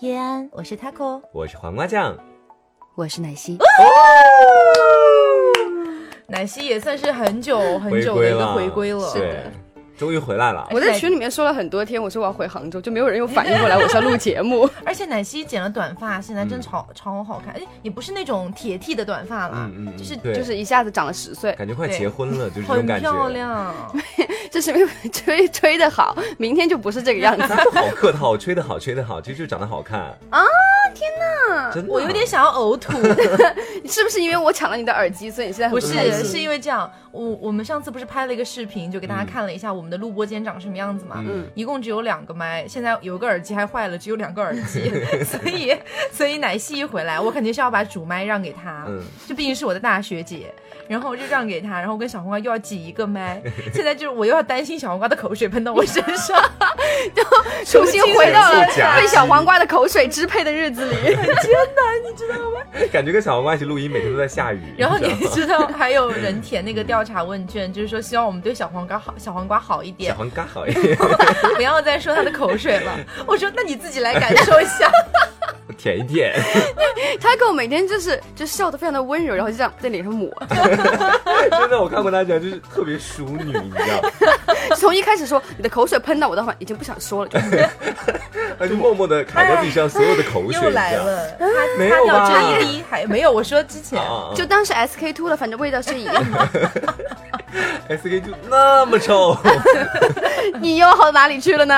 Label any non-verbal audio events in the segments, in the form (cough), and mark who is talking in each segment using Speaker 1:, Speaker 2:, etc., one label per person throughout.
Speaker 1: 叶安，我是 Taco，
Speaker 2: 我是黄瓜酱。
Speaker 1: 我是奶昔。
Speaker 3: 啊
Speaker 4: 奶昔也算是
Speaker 2: (laughs)
Speaker 4: 很久很
Speaker 2: 回
Speaker 4: 久的
Speaker 2: 归
Speaker 4: 一个
Speaker 2: 了，
Speaker 4: 回归了，
Speaker 2: 对，终于回来了。
Speaker 3: 我在群里面说了很多天，我说我要回杭州，就没有人有反应过来我是要录 (laughs) 节目。
Speaker 4: 而且奶昔剪了短发，现在真
Speaker 2: 嗯
Speaker 4: 超、超好看，而且也不是那种铁剃的短发了，
Speaker 2: 嗯嗯，
Speaker 4: 就是
Speaker 2: 对，
Speaker 3: 就是一下子长了十岁，
Speaker 2: 感觉快
Speaker 4: 对
Speaker 2: 结婚了，就是这
Speaker 4: 很
Speaker 2: 种感觉。
Speaker 4: 漂
Speaker 2: (laughs)
Speaker 4: 亮。
Speaker 3: 就是因为吹吹的好，明天就不是这个样子。 (laughs)
Speaker 2: 那好客套，吹得好，吹得好，其实就长得好看啊！天哪，真的，
Speaker 4: 我有点想要呕
Speaker 2: (laughs)
Speaker 4: 吐，
Speaker 3: 是不是因为我抢了你的耳机，所以你现在很
Speaker 4: 不
Speaker 3: 开
Speaker 4: 是，
Speaker 3: 心
Speaker 4: 是因为这样，我我们上次不是拍了一个视频，就给大家看了一下我们的录播间长什么样子嘛，
Speaker 2: 嗯
Speaker 4: 一共只有两个麦，现在有一个耳机还坏了，只有两个耳
Speaker 2: (laughs)
Speaker 4: 机，所以 (laughs) 所以奶昔一回来，我肯定是要把主麦让给他，
Speaker 2: 嗯
Speaker 4: 这毕竟是我的大学姐，然后我就让给他，然后我跟小黄瓜又要挤一个麦， (laughs) 现在就是我又要担心小黄瓜的口水喷到我身上， (laughs)
Speaker 3: 重新回到了
Speaker 2: 重新
Speaker 3: (laughs)
Speaker 2: 夹击
Speaker 3: 被小黄瓜的口水支配的日子里。
Speaker 2: 感觉跟小黄瓜一起录音，每天都在下雨。
Speaker 4: 然后你
Speaker 2: 知道吗
Speaker 4: 知道还有人填那个调查问卷，就是说希望我们对小黄瓜好，小黄瓜好一点
Speaker 2: 小，黄瓜好一点， (laughs)
Speaker 4: 不要再说他的口水了。我说，那你自己来感受一
Speaker 2: (laughs)
Speaker 4: 下。
Speaker 2: 舔一舔，
Speaker 3: (laughs) 他跟我每天就是就笑得非常的温柔，然后就这样在脸上抹。
Speaker 2: (laughs) 真的，我看过他讲，就是特别淑女一样，
Speaker 4: (laughs)
Speaker 3: 从一开始说你的口水喷到我的话，已经不想说了。就
Speaker 2: 他就默默的揩过地上所有的口水，
Speaker 4: 又来
Speaker 2: 你知道吗，
Speaker 4: 了，他
Speaker 2: 没
Speaker 4: 他
Speaker 2: 有
Speaker 4: 要
Speaker 2: 吧
Speaker 4: 这一滴还没有。我说之前
Speaker 2: 啊，
Speaker 3: 就当是 SK two 了，反正味道是一样的。
Speaker 2: S K 就那么臭， (laughs)
Speaker 3: 你又好哪里去了呢？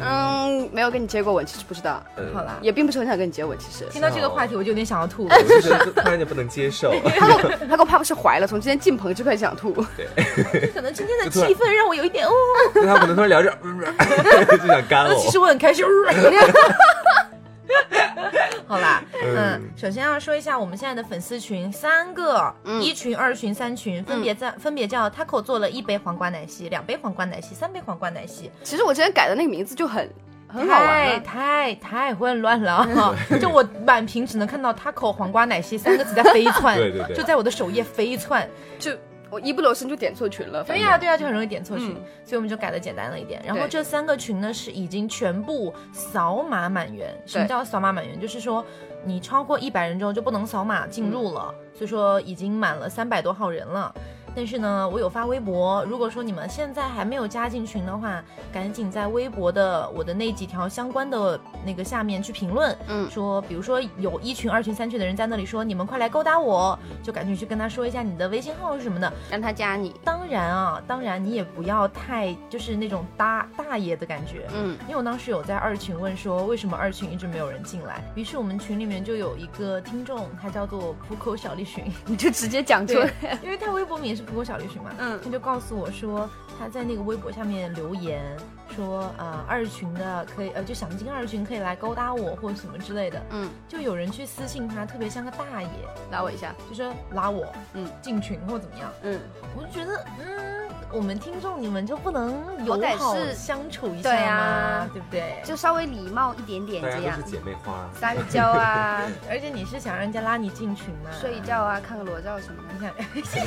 Speaker 3: 嗯，没有跟你接过吻，其实不知道，
Speaker 2: 嗯
Speaker 4: 好啦，
Speaker 3: 也并不是很想跟你接吻。
Speaker 2: (laughs)
Speaker 3: 其实
Speaker 4: 听到这个话题我就有点想要吐了。
Speaker 2: 我就是突然间不能接受，
Speaker 3: 他跟我他跟我怕不是怀了，从今天进棚就开始想吐。
Speaker 4: 可能今天的气氛让我有一点哦。
Speaker 2: 就他可能突然聊着，就想干
Speaker 4: 那其实
Speaker 2: 呕，
Speaker 4: 我很开心。 (laughs) 好啦，嗯，首先要说一下我们现在的粉丝群，三个，
Speaker 3: 嗯
Speaker 4: 一群、二群、三群，分别在分别叫 Taco 做了一杯黄瓜奶昔，两杯黄瓜奶昔，三杯黄瓜奶昔，
Speaker 3: 其实我之前改的那个名字就很很好玩
Speaker 4: 太
Speaker 3: 啊。
Speaker 4: 太太混乱了啊！就我满屏只能看到 taco 黄瓜奶昔三个字在飞窜，
Speaker 2: 对对对
Speaker 4: 就在我的首页飞窜。
Speaker 3: 就我一不留神就点错群了。反
Speaker 4: 对
Speaker 3: 正
Speaker 4: 呀、对呀、就很容易点错群，
Speaker 3: 嗯
Speaker 4: 所以我们就改的简单了一点。然后
Speaker 3: 对
Speaker 4: 这三个群呢是已经全部扫码满员。什么
Speaker 3: 对
Speaker 4: 叫扫码满员？就是说你超过一百人之后就不能扫码进入了，
Speaker 3: 嗯
Speaker 4: 所以说已经满了三百多号人了。但是呢，我有发微博，如果说你们现在还没有加进群的话，赶紧在微博的我的那几条相关的那个下面去评论，
Speaker 3: 嗯
Speaker 4: 说比如说有一群、二群、三群的人在那里说你们快来勾搭我，就赶紧去跟他说一下你的微信号是什么的，
Speaker 3: 让他加你。
Speaker 4: 当然啊，当然你也不要太就是那种大大爷的感觉。
Speaker 3: 嗯，
Speaker 4: 因为我当时有在二群问说，为什么二群一直没有人进来？于是我们群里面就有一个听众，他叫做浦口小栗旬， (laughs)
Speaker 3: 你就直接讲出来。
Speaker 4: 因为他微博名也是浦口小栗旬嘛，
Speaker 3: 嗯
Speaker 4: 他就告诉我说他在那个微博下面留言说，呃，二群的可以，呃，就想进二群可以来勾搭我或什么之类的，
Speaker 3: 嗯，
Speaker 4: 就有人去私信他，特别像个大爷，
Speaker 3: 拉我一下。
Speaker 4: 就说拉我，
Speaker 3: 嗯，
Speaker 4: 进群或怎么样，
Speaker 3: 嗯，
Speaker 4: 我就觉得，嗯，我们听众你们就不能友
Speaker 3: 好歹
Speaker 4: 好
Speaker 3: 是
Speaker 4: 相处一下
Speaker 3: 对
Speaker 4: 吗？
Speaker 3: 啊
Speaker 4: 对不对？
Speaker 3: 就稍微礼貌一点点
Speaker 2: 大
Speaker 3: 这
Speaker 2: 家
Speaker 3: 样
Speaker 2: 啊都是。姐妹花，
Speaker 3: 撒个娇啊，
Speaker 2: (laughs)
Speaker 4: 而且你是想让人家拉你进群吗？
Speaker 3: 睡一觉啊，看个裸照什么的
Speaker 4: 你。想 (laughs)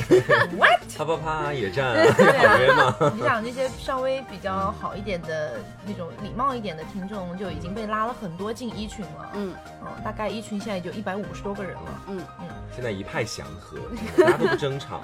Speaker 4: ，what？
Speaker 2: 啪啪啪野战，
Speaker 4: 对啊
Speaker 2: 好约吗？
Speaker 4: 你想那些稍微比较好一点的那种礼貌一点的听众，就已经被拉了很多进一群了。
Speaker 3: 嗯，
Speaker 4: 嗯，大概一群现在也就一百五十多个人了。
Speaker 2: 现在一派祥和，大家都不争吵，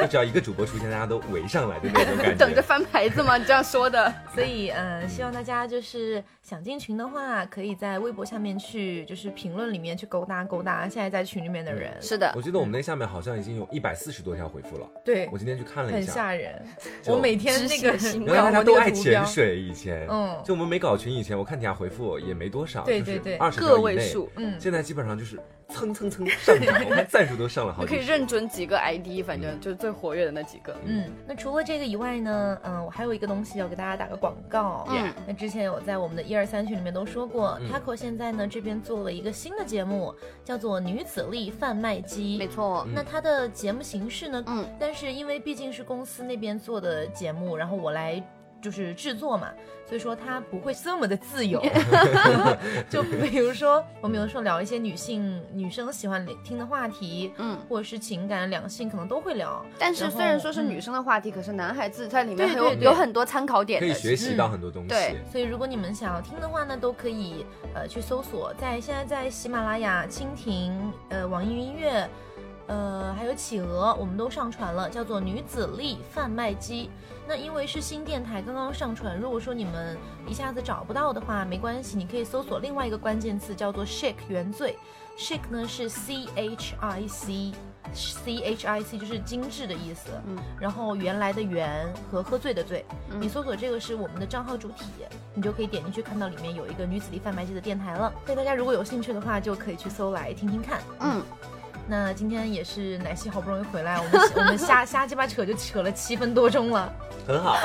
Speaker 2: 就只要一个主播出现，大家都围上来的那种感觉。
Speaker 3: 等着翻牌子吗？你这样说的。
Speaker 4: 所以，呃，希望大家就是想进群的话，可以在微博下面去，就是评论里面去勾搭勾搭现在在群里面的人。
Speaker 3: 是的
Speaker 2: 我，记得我们那下面好像已经有一百四十多条回复了。
Speaker 4: 对
Speaker 2: 我，今天去看了
Speaker 4: 很
Speaker 2: 一下，
Speaker 4: 吓人。
Speaker 2: 就
Speaker 4: 我每天那个
Speaker 3: 知悉的心
Speaker 2: 原来大家
Speaker 4: 我
Speaker 2: 都
Speaker 4: 那
Speaker 2: 爱
Speaker 4: 个图标
Speaker 2: 潜，水，以前，
Speaker 4: 嗯
Speaker 2: 就我们没搞群以前，我看底下回复也没多少，
Speaker 4: 对对对
Speaker 2: 二十
Speaker 3: 个位数，
Speaker 4: 嗯
Speaker 2: 现在基本上就是蹭蹭蹭上去，我看赞数都上了好嗯
Speaker 3: 你
Speaker 2: 几
Speaker 3: 可以
Speaker 2: 十，
Speaker 3: 认准几个 ID，反正就是最活跃的那几个。
Speaker 4: 嗯，那除了这个以外呢，嗯、我还有一个东西要给大家打个广告。
Speaker 3: 嗯
Speaker 4: 那之前有在我们的一二三群里面都说过、
Speaker 2: 嗯
Speaker 4: t a c o 现在呢这边做了一个新的节目，叫做《女子力贩卖机》。
Speaker 3: 没错，
Speaker 4: 那它的节目形式呢？
Speaker 3: 嗯，
Speaker 4: 但是因为毕竟是公司那边做的节目，然后我来就是制作嘛，所以说它不会这么的
Speaker 3: (laughs)
Speaker 4: 自由。就比如说，我们有的时候聊一些女性女生喜欢听的话题，
Speaker 3: 嗯，
Speaker 4: 或者是情感、两性，可能都会聊。
Speaker 3: 但是
Speaker 4: 然后
Speaker 3: 虽然说是女生的话题，可是男孩子在里面
Speaker 4: 对
Speaker 3: 还有
Speaker 4: 对对
Speaker 3: 有很多参考点
Speaker 2: 可
Speaker 3: 的。
Speaker 2: 以学习到很多东西。
Speaker 3: 对
Speaker 4: 所以如果你们想要听的话呢，都可以呃去搜索，在现在在喜马拉雅、蜻蜓、呃网易云音乐。呃，还有企鹅，我们都上传了，叫做《女子力贩卖机》。那因为是新电台刚刚上传，如果说你们一下子找不到的话，没关系，你可以搜索另外一个关键词，叫做 “shake 原罪”。shake 呢是 C H I C C H I C 就是精致的意思，
Speaker 3: 嗯
Speaker 4: 然后原来的原和喝醉的醉，
Speaker 3: 嗯
Speaker 4: 你搜索这个是我们的账号主体，你就可以点进去看到里面有一个女子力贩卖机的电台了。所以大家如果有兴趣的话，就可以去搜来听听看。
Speaker 3: 嗯，
Speaker 4: 那今天也是奶昔好不容易回来，我
Speaker 3: (laughs)
Speaker 4: 们我们瞎瞎鸡巴扯就扯了七分多钟了。嗯
Speaker 2: 很好。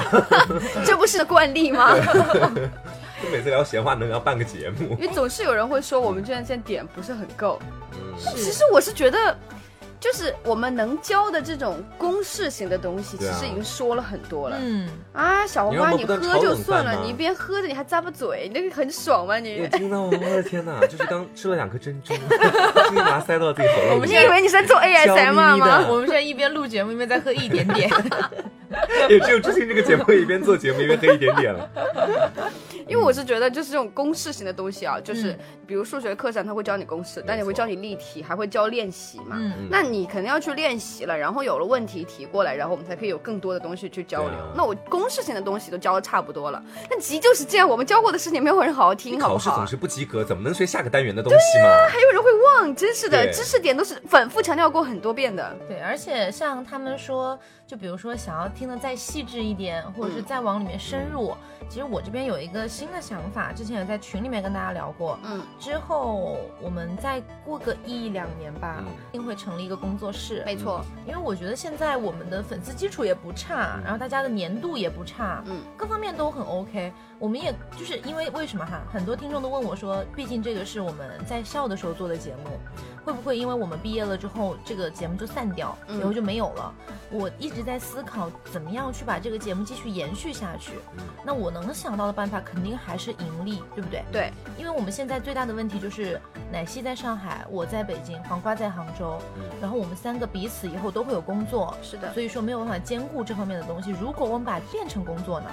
Speaker 3: 这不是惯例吗？
Speaker 2: 就每次聊闲话能聊半个节目。
Speaker 3: (laughs) 因为总是有人会说我们这段现在点不是很够。
Speaker 2: 嗯，
Speaker 3: 其实我是觉得，就是我们能教的这种公式型的东西，其
Speaker 2: 对啊
Speaker 3: 实已经说了很多了。
Speaker 4: 嗯，
Speaker 3: 啊，小黄瓜，
Speaker 2: 你
Speaker 3: 你
Speaker 2: 要么不
Speaker 3: 喝就
Speaker 2: 当炒
Speaker 3: 算
Speaker 2: 冷饭吗
Speaker 3: 了，你一边喝着你还咂巴嘴，你那个很爽吗？
Speaker 2: 我
Speaker 3: 你？
Speaker 2: 听到我的天哪，就是刚吃了两颗珍珠， (laughs) 直接把它塞到自己喉咙
Speaker 3: 你
Speaker 2: 里。
Speaker 3: 以为你是在做 ASMR
Speaker 2: 咪咪的
Speaker 3: 吗？
Speaker 4: 我们现在一边录节目一边在喝一点点。
Speaker 2: 也只有知心这个节目一边做节目一边喝一点点了。
Speaker 3: 因为我是觉得就是这种公式型的东西啊，就是
Speaker 4: 嗯
Speaker 3: 比如数学课上他会教你公式，但也会教你例题，还会教练习嘛。
Speaker 4: 嗯
Speaker 3: 那你肯定要去练习了，然后有了问题提过来，然后我们才可以有更多的东西去交流
Speaker 2: 对啊。
Speaker 3: 那我公式型的东西都教的差不多了，那急就是这样，我们教过的事情没有人好好听，好不
Speaker 2: 考试
Speaker 3: 好
Speaker 2: 总？是不及格，怎么能学下个单元的东西嘛？
Speaker 3: 还有人会忘，真是的，
Speaker 2: 对
Speaker 3: 知识点都是反复强调过很多遍的。
Speaker 4: 对，而且像他们说，就比如说想要听的再细致一点，或者是
Speaker 3: 嗯
Speaker 4: 再往里面深入，其实我这边有一个新的想法，之前也在群里面跟大家聊过。
Speaker 3: 嗯，
Speaker 4: 之后我们再过个一两年吧，
Speaker 2: 嗯
Speaker 4: 一定会成立一个工作室，
Speaker 3: 没错，
Speaker 4: 因为我觉得现在我们的粉丝基础也不差，
Speaker 2: 嗯
Speaker 4: 然后大家的粘度也不差，
Speaker 3: 嗯，
Speaker 4: 各方面都很 OK。我们也就是因为为什么哈，很多听众都问我说，毕竟这个是我们在校的时候做的节目，会不会因为我们毕业了之后，这个节目就散掉，
Speaker 3: 嗯
Speaker 4: 以后就没有了？我一直在思考怎么样去把这个节目继续延续下去。
Speaker 2: 嗯
Speaker 4: 那我能想到的办法肯定还是盈利，对不对？
Speaker 3: 对，
Speaker 4: 因为我们现在最大的问题就是奶昔在上海，我在北京，黄瓜在杭州，
Speaker 2: 嗯
Speaker 4: 然后我们三个彼此以后都会有工作，
Speaker 3: 是的，
Speaker 4: 所以说没有办法兼顾这方面的东西。如果我们把它变成工作呢，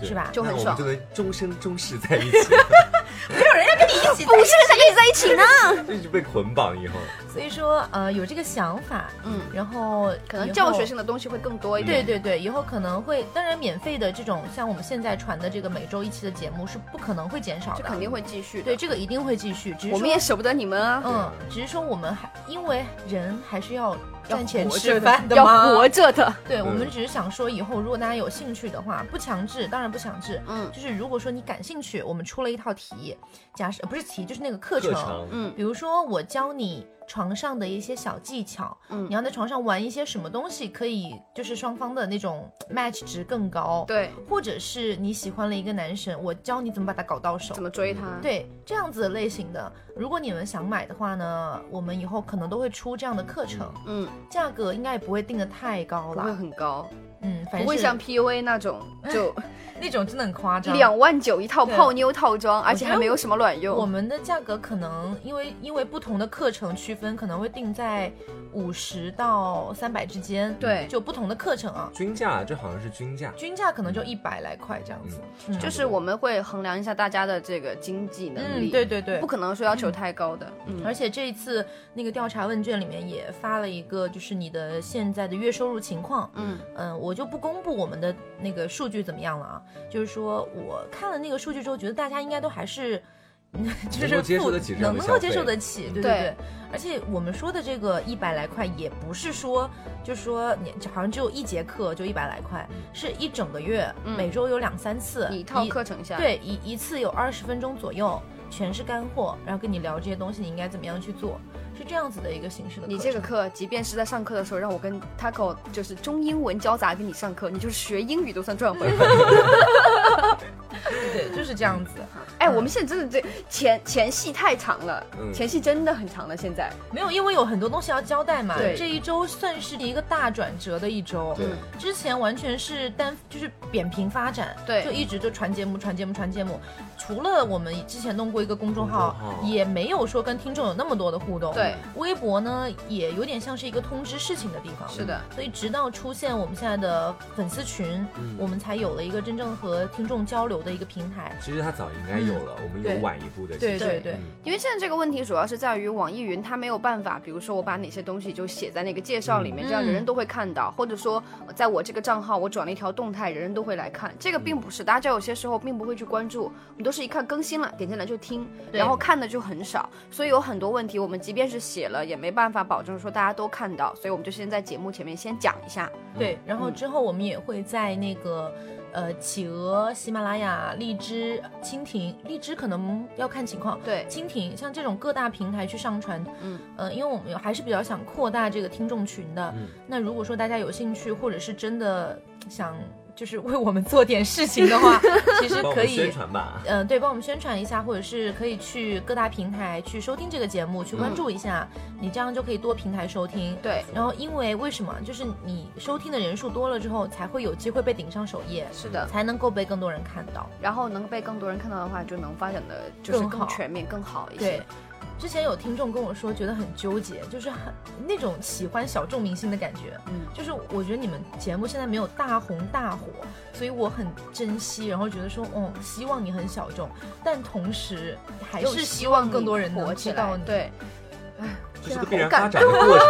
Speaker 2: 对
Speaker 4: 是吧
Speaker 3: 就很
Speaker 2: 那我
Speaker 3: 爽
Speaker 2: 们就能终生终世在一起， (laughs)
Speaker 3: 不是才跟你在一起呢。
Speaker 2: 这就被捆绑以后。
Speaker 4: 所以说呃有这个想法，
Speaker 3: 嗯，
Speaker 4: 然后
Speaker 3: 可能
Speaker 4: 以后
Speaker 3: 教学性的东西会更多一
Speaker 4: 对
Speaker 3: 点。
Speaker 4: 对对，以后可能会，当然免费的这种像我们现在传的这个每周一期的节目是不可能会减少
Speaker 3: 这
Speaker 4: 的，
Speaker 3: 肯定会继续的。
Speaker 4: 对这个一定会继续，只是
Speaker 3: 我们
Speaker 4: 说
Speaker 3: 也舍不得你们啊，
Speaker 4: 嗯，只是说我们还因为人还是要
Speaker 3: 要
Speaker 4: 赚钱
Speaker 3: 活
Speaker 4: 吃
Speaker 3: 着
Speaker 4: 饭的
Speaker 3: 要
Speaker 4: 嘛，
Speaker 3: 活着的。
Speaker 4: 对，我们
Speaker 2: 嗯
Speaker 4: 只是想说，以后如果大家有兴趣的话，不强制，当然不强制。
Speaker 3: 嗯
Speaker 4: 就是如果说你感兴趣，我们出了一套题，假设呃不是题，就是那个课程。
Speaker 2: 课程，
Speaker 3: 嗯
Speaker 4: 比如说我教你床上的一些小技巧，
Speaker 3: 嗯
Speaker 4: 你要在床上玩一些什么东西，可以就是双方的那种 match 值更高。，
Speaker 3: 对，
Speaker 4: 或者是你喜欢了一个男神，我教你怎么把他搞到手
Speaker 3: 怎。么追他？
Speaker 4: 对这样子类型的，如果你们想买的话呢，我们以后可能都会出这样的课程，
Speaker 3: 嗯，
Speaker 4: 价格应该也不会定的太高
Speaker 3: 不会
Speaker 4: 了。
Speaker 3: 很高，
Speaker 4: 嗯，反正
Speaker 3: 不会
Speaker 4: 是
Speaker 3: 像 PUA 那
Speaker 4: (laughs)
Speaker 3: 种就
Speaker 4: 那种真的很夸张。
Speaker 3: 两万九一套
Speaker 4: 对
Speaker 3: 泡妞套装，而且
Speaker 4: 觉得
Speaker 3: 还没有什么卵
Speaker 4: 我
Speaker 3: 用。
Speaker 4: 们的价格可能因为因为不同的课程区分，可能会定在五十到三百之间。
Speaker 3: 对
Speaker 4: 就不同的课程啊，
Speaker 2: 均价，这好像是均价。
Speaker 4: 均价可能就一百来块这样子。嗯，
Speaker 3: 就是我们会衡量一下大家的这个经济能
Speaker 4: 嗯，
Speaker 3: 力，
Speaker 4: 对对对
Speaker 3: 不。可能说要求太高的。嗯，
Speaker 4: 而且这一次那个调查问卷里面也发了一个，就是你的现在的月收入情况。
Speaker 3: 嗯
Speaker 4: 嗯，我就不公布我们的那个数据怎么样了啊。就是说我看了那个数据之后，觉得大家应该都还是，嗯就
Speaker 2: 能够
Speaker 4: 是
Speaker 2: 接受
Speaker 4: 付
Speaker 2: 得起这样
Speaker 4: 能
Speaker 2: 的
Speaker 4: 够
Speaker 2: 消
Speaker 4: 接受
Speaker 2: 费
Speaker 4: 得起，对对
Speaker 3: 对
Speaker 4: 对。而且我们说的这个一百来块，也不是说就说你好像只有一节课就一百来块，
Speaker 2: 嗯
Speaker 4: 是一整个月，
Speaker 3: 嗯
Speaker 4: 每周有两三次，
Speaker 3: 你一套课程下，，
Speaker 4: 对一一次有二十分钟左右，全是干货，然后跟你聊这些东西，你应该怎么样去做，是这样子的一个形式的。
Speaker 3: 你这个。课，即便是在上课的时候，让我跟 Taco 就是
Speaker 4: (laughs)
Speaker 3: 中英文交杂跟你上课，你就是学英语都算赚回来。
Speaker 4: 对，就是这样子。
Speaker 3: 哎，我们现在真的这前前戏太长了，
Speaker 2: 嗯
Speaker 3: 前戏真的很长了。现在
Speaker 4: 没有，因为有很多东西要交代嘛。
Speaker 3: 对
Speaker 4: 这一周算是一个大转折的一周。
Speaker 2: 对，
Speaker 4: 之前完全是单就是扁平发展，
Speaker 3: 对
Speaker 4: 就一直就传节目、传节目、传节目。除了我们之前弄过一个公众号，
Speaker 2: 公众号
Speaker 4: 也没有说跟听众有那么多的互动。
Speaker 3: 对，
Speaker 4: 微博呢也有点像是一个通知事情的地方。
Speaker 3: 是的，
Speaker 4: 所以直到出现我们现在的粉丝群，
Speaker 2: 嗯
Speaker 4: 我们才有了一个真正和听众交流的一个平台。
Speaker 2: 其实他早应该有了，我们有
Speaker 3: 对
Speaker 2: 晚一步的
Speaker 4: 对
Speaker 2: 其实。
Speaker 4: 对对，
Speaker 2: 嗯
Speaker 3: 因为现在这个问题主要是在于网易云它没有办法，比如说我把哪些东西就写在那个介绍里面，
Speaker 4: 嗯
Speaker 3: 这样人人都会看到，或者说呃在我这个账号我转了一条动态，人人都会来看。这个并不是大家有些时候并不会去关注，我们都是一看更新了点进来就听，
Speaker 4: 对
Speaker 3: 然后看的就很少，所以有很多问题我们即便是写了也没办法保证说大家都看到，所以我们就先在节目前面先讲一下。
Speaker 2: 嗯
Speaker 4: 对，然后之后我们也会在那个呃企鹅、喜马拉雅、荔枝、蜻蜓，荔枝可能要看情况。
Speaker 3: 对
Speaker 4: 蜻蜓像这种各大平台去上传，
Speaker 3: 嗯，
Speaker 4: 呃，因为我们有还是比较想扩大这个听众群的。
Speaker 2: 嗯
Speaker 4: 那如果说大家有兴趣，或者是真的想就是为我们做点事情的话，其实
Speaker 2: 帮我
Speaker 4: 可
Speaker 2: 们
Speaker 4: 以
Speaker 2: 宣传吧。
Speaker 4: 呃，对，帮我们宣传一下，或者是可以去各大平台去收听这个节目，去
Speaker 2: 嗯
Speaker 4: 关注一下，你这样就可以多平台收听。
Speaker 3: 对，
Speaker 4: 然后因为为什么？就是你收听的人数多了之后，才会有机会被顶上首页，
Speaker 3: 是的，
Speaker 4: 才能够被更多人看到。
Speaker 3: 然后能被更多人看到的话，就能发展的就是
Speaker 4: 更
Speaker 3: 更
Speaker 4: 好
Speaker 3: 全面、更好一
Speaker 4: 对
Speaker 3: 些。，
Speaker 4: 之前有听众跟我说，觉得很纠结，就是很那种喜欢小众明星的感觉。
Speaker 3: 嗯
Speaker 4: 就是我觉得你们节目现在没有大红大火，所以我很珍惜，然后觉得说，哦，希望你很小众，但同时还
Speaker 3: 又
Speaker 4: 是希
Speaker 3: 希
Speaker 4: 望
Speaker 3: 望
Speaker 4: 更
Speaker 3: 你
Speaker 4: 多人
Speaker 3: 火
Speaker 4: 能
Speaker 3: 起来
Speaker 4: 知道你。
Speaker 3: 对，
Speaker 2: 这
Speaker 3: 现
Speaker 2: 是
Speaker 3: 在
Speaker 2: 个必
Speaker 3: 好
Speaker 2: 然
Speaker 3: 感
Speaker 2: 发展的过程。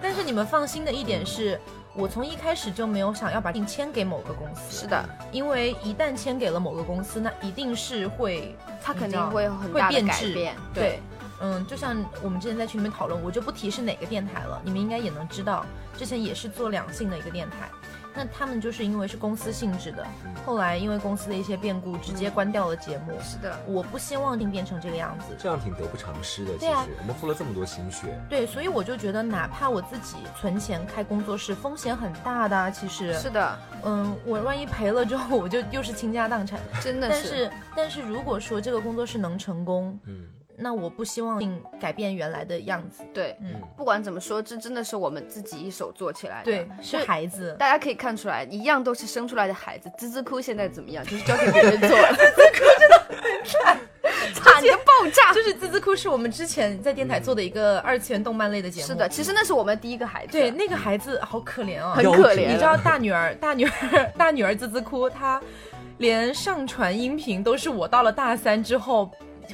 Speaker 4: 但是你们放心的一点是，我从一开始就没有想要把定签给某个公司，
Speaker 3: 是的，
Speaker 4: 因为一旦签给了某个公司，那一定是会，
Speaker 3: 它肯
Speaker 4: 嗯你知
Speaker 3: 定
Speaker 4: 道
Speaker 3: 会有很
Speaker 4: 会
Speaker 3: 大的
Speaker 4: 变
Speaker 3: 改
Speaker 4: 质
Speaker 3: 变。
Speaker 4: 对，嗯，就像我们之前在群里面讨论，我就不提是哪个电台了，你们应该也能知道，之前也是做两性的一个电台。那他们就是因为是公司性质的，后来因为公司的一些变故，直接关掉了节目。
Speaker 3: 是的，
Speaker 4: 我不希望定变成这个样子，
Speaker 2: 这样挺得不偿失的。其
Speaker 4: 对啊
Speaker 2: 实我们付了这么多心血，
Speaker 4: 对，所以我就觉得，哪怕我自己存钱开工作室，风险很大的啊。其实，
Speaker 3: 是的，
Speaker 4: 嗯，我万一赔了之后，我就又是倾家荡产。
Speaker 3: 真的
Speaker 4: 但是，但是如果说这个工作室能成功，
Speaker 2: 嗯
Speaker 4: 那我不希望改变原来的样子。
Speaker 3: 对。
Speaker 4: 嗯，
Speaker 2: 嗯，
Speaker 3: 不管怎么说，这真的是我们自己一手做起来的。
Speaker 4: 对，
Speaker 3: 所
Speaker 4: 是
Speaker 3: 以
Speaker 4: 孩子。
Speaker 3: 大家可以看出来，一样都是生出来的孩子。滋滋哭现在怎么样？就是交给别人做了，惨的爆炸。
Speaker 4: 就是《滋滋哭》是我们之前在电台做的一个二次元动漫类的节目。
Speaker 3: 是的，，其实那是我们第一个孩子。啊
Speaker 4: 对，那个孩子好可怜啊，
Speaker 3: 很
Speaker 2: 要
Speaker 3: 可
Speaker 2: 求
Speaker 3: 怜
Speaker 4: 你知道大女儿，大女儿，大女儿滋滋哭，她连上传音频都是我到了大三之后。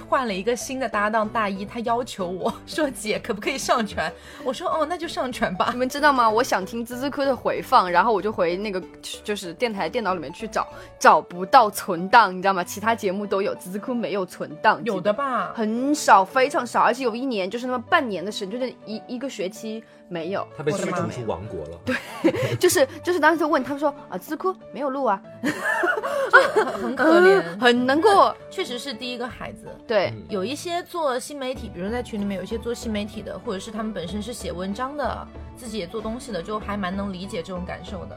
Speaker 4: 换了一个新的搭档，大一，她要求我说：“姐，可不可以上传？”我说：“哦，那就上传吧
Speaker 3: 你。们知道吗？我想听滋滋哭的回放，然后我就回那个就是电台电脑里面去找，找不到存档，你知道吗？其他节目都有，滋滋哭没有存档”，
Speaker 4: 有的吧？
Speaker 3: 很少，非常少，而且有一年就是那么半年的时间，就是一一个学期没有，
Speaker 2: 他被
Speaker 4: 我的
Speaker 2: 驱
Speaker 4: 妈
Speaker 2: 逐
Speaker 4: 呀
Speaker 2: 出王国了。
Speaker 3: 就是就是当时就问他们说啊，滋哭没有录啊，
Speaker 4: 很 (laughs) 可怜，
Speaker 3: (laughs) 很难过，
Speaker 4: 确实是第一个孩子。
Speaker 3: 对，
Speaker 2: 嗯
Speaker 4: 有一些做新媒体，比如在群里面有一些做新媒体的，或者是他们本身是写文章的，自己也做东西的，就还蛮能理解这种感受的。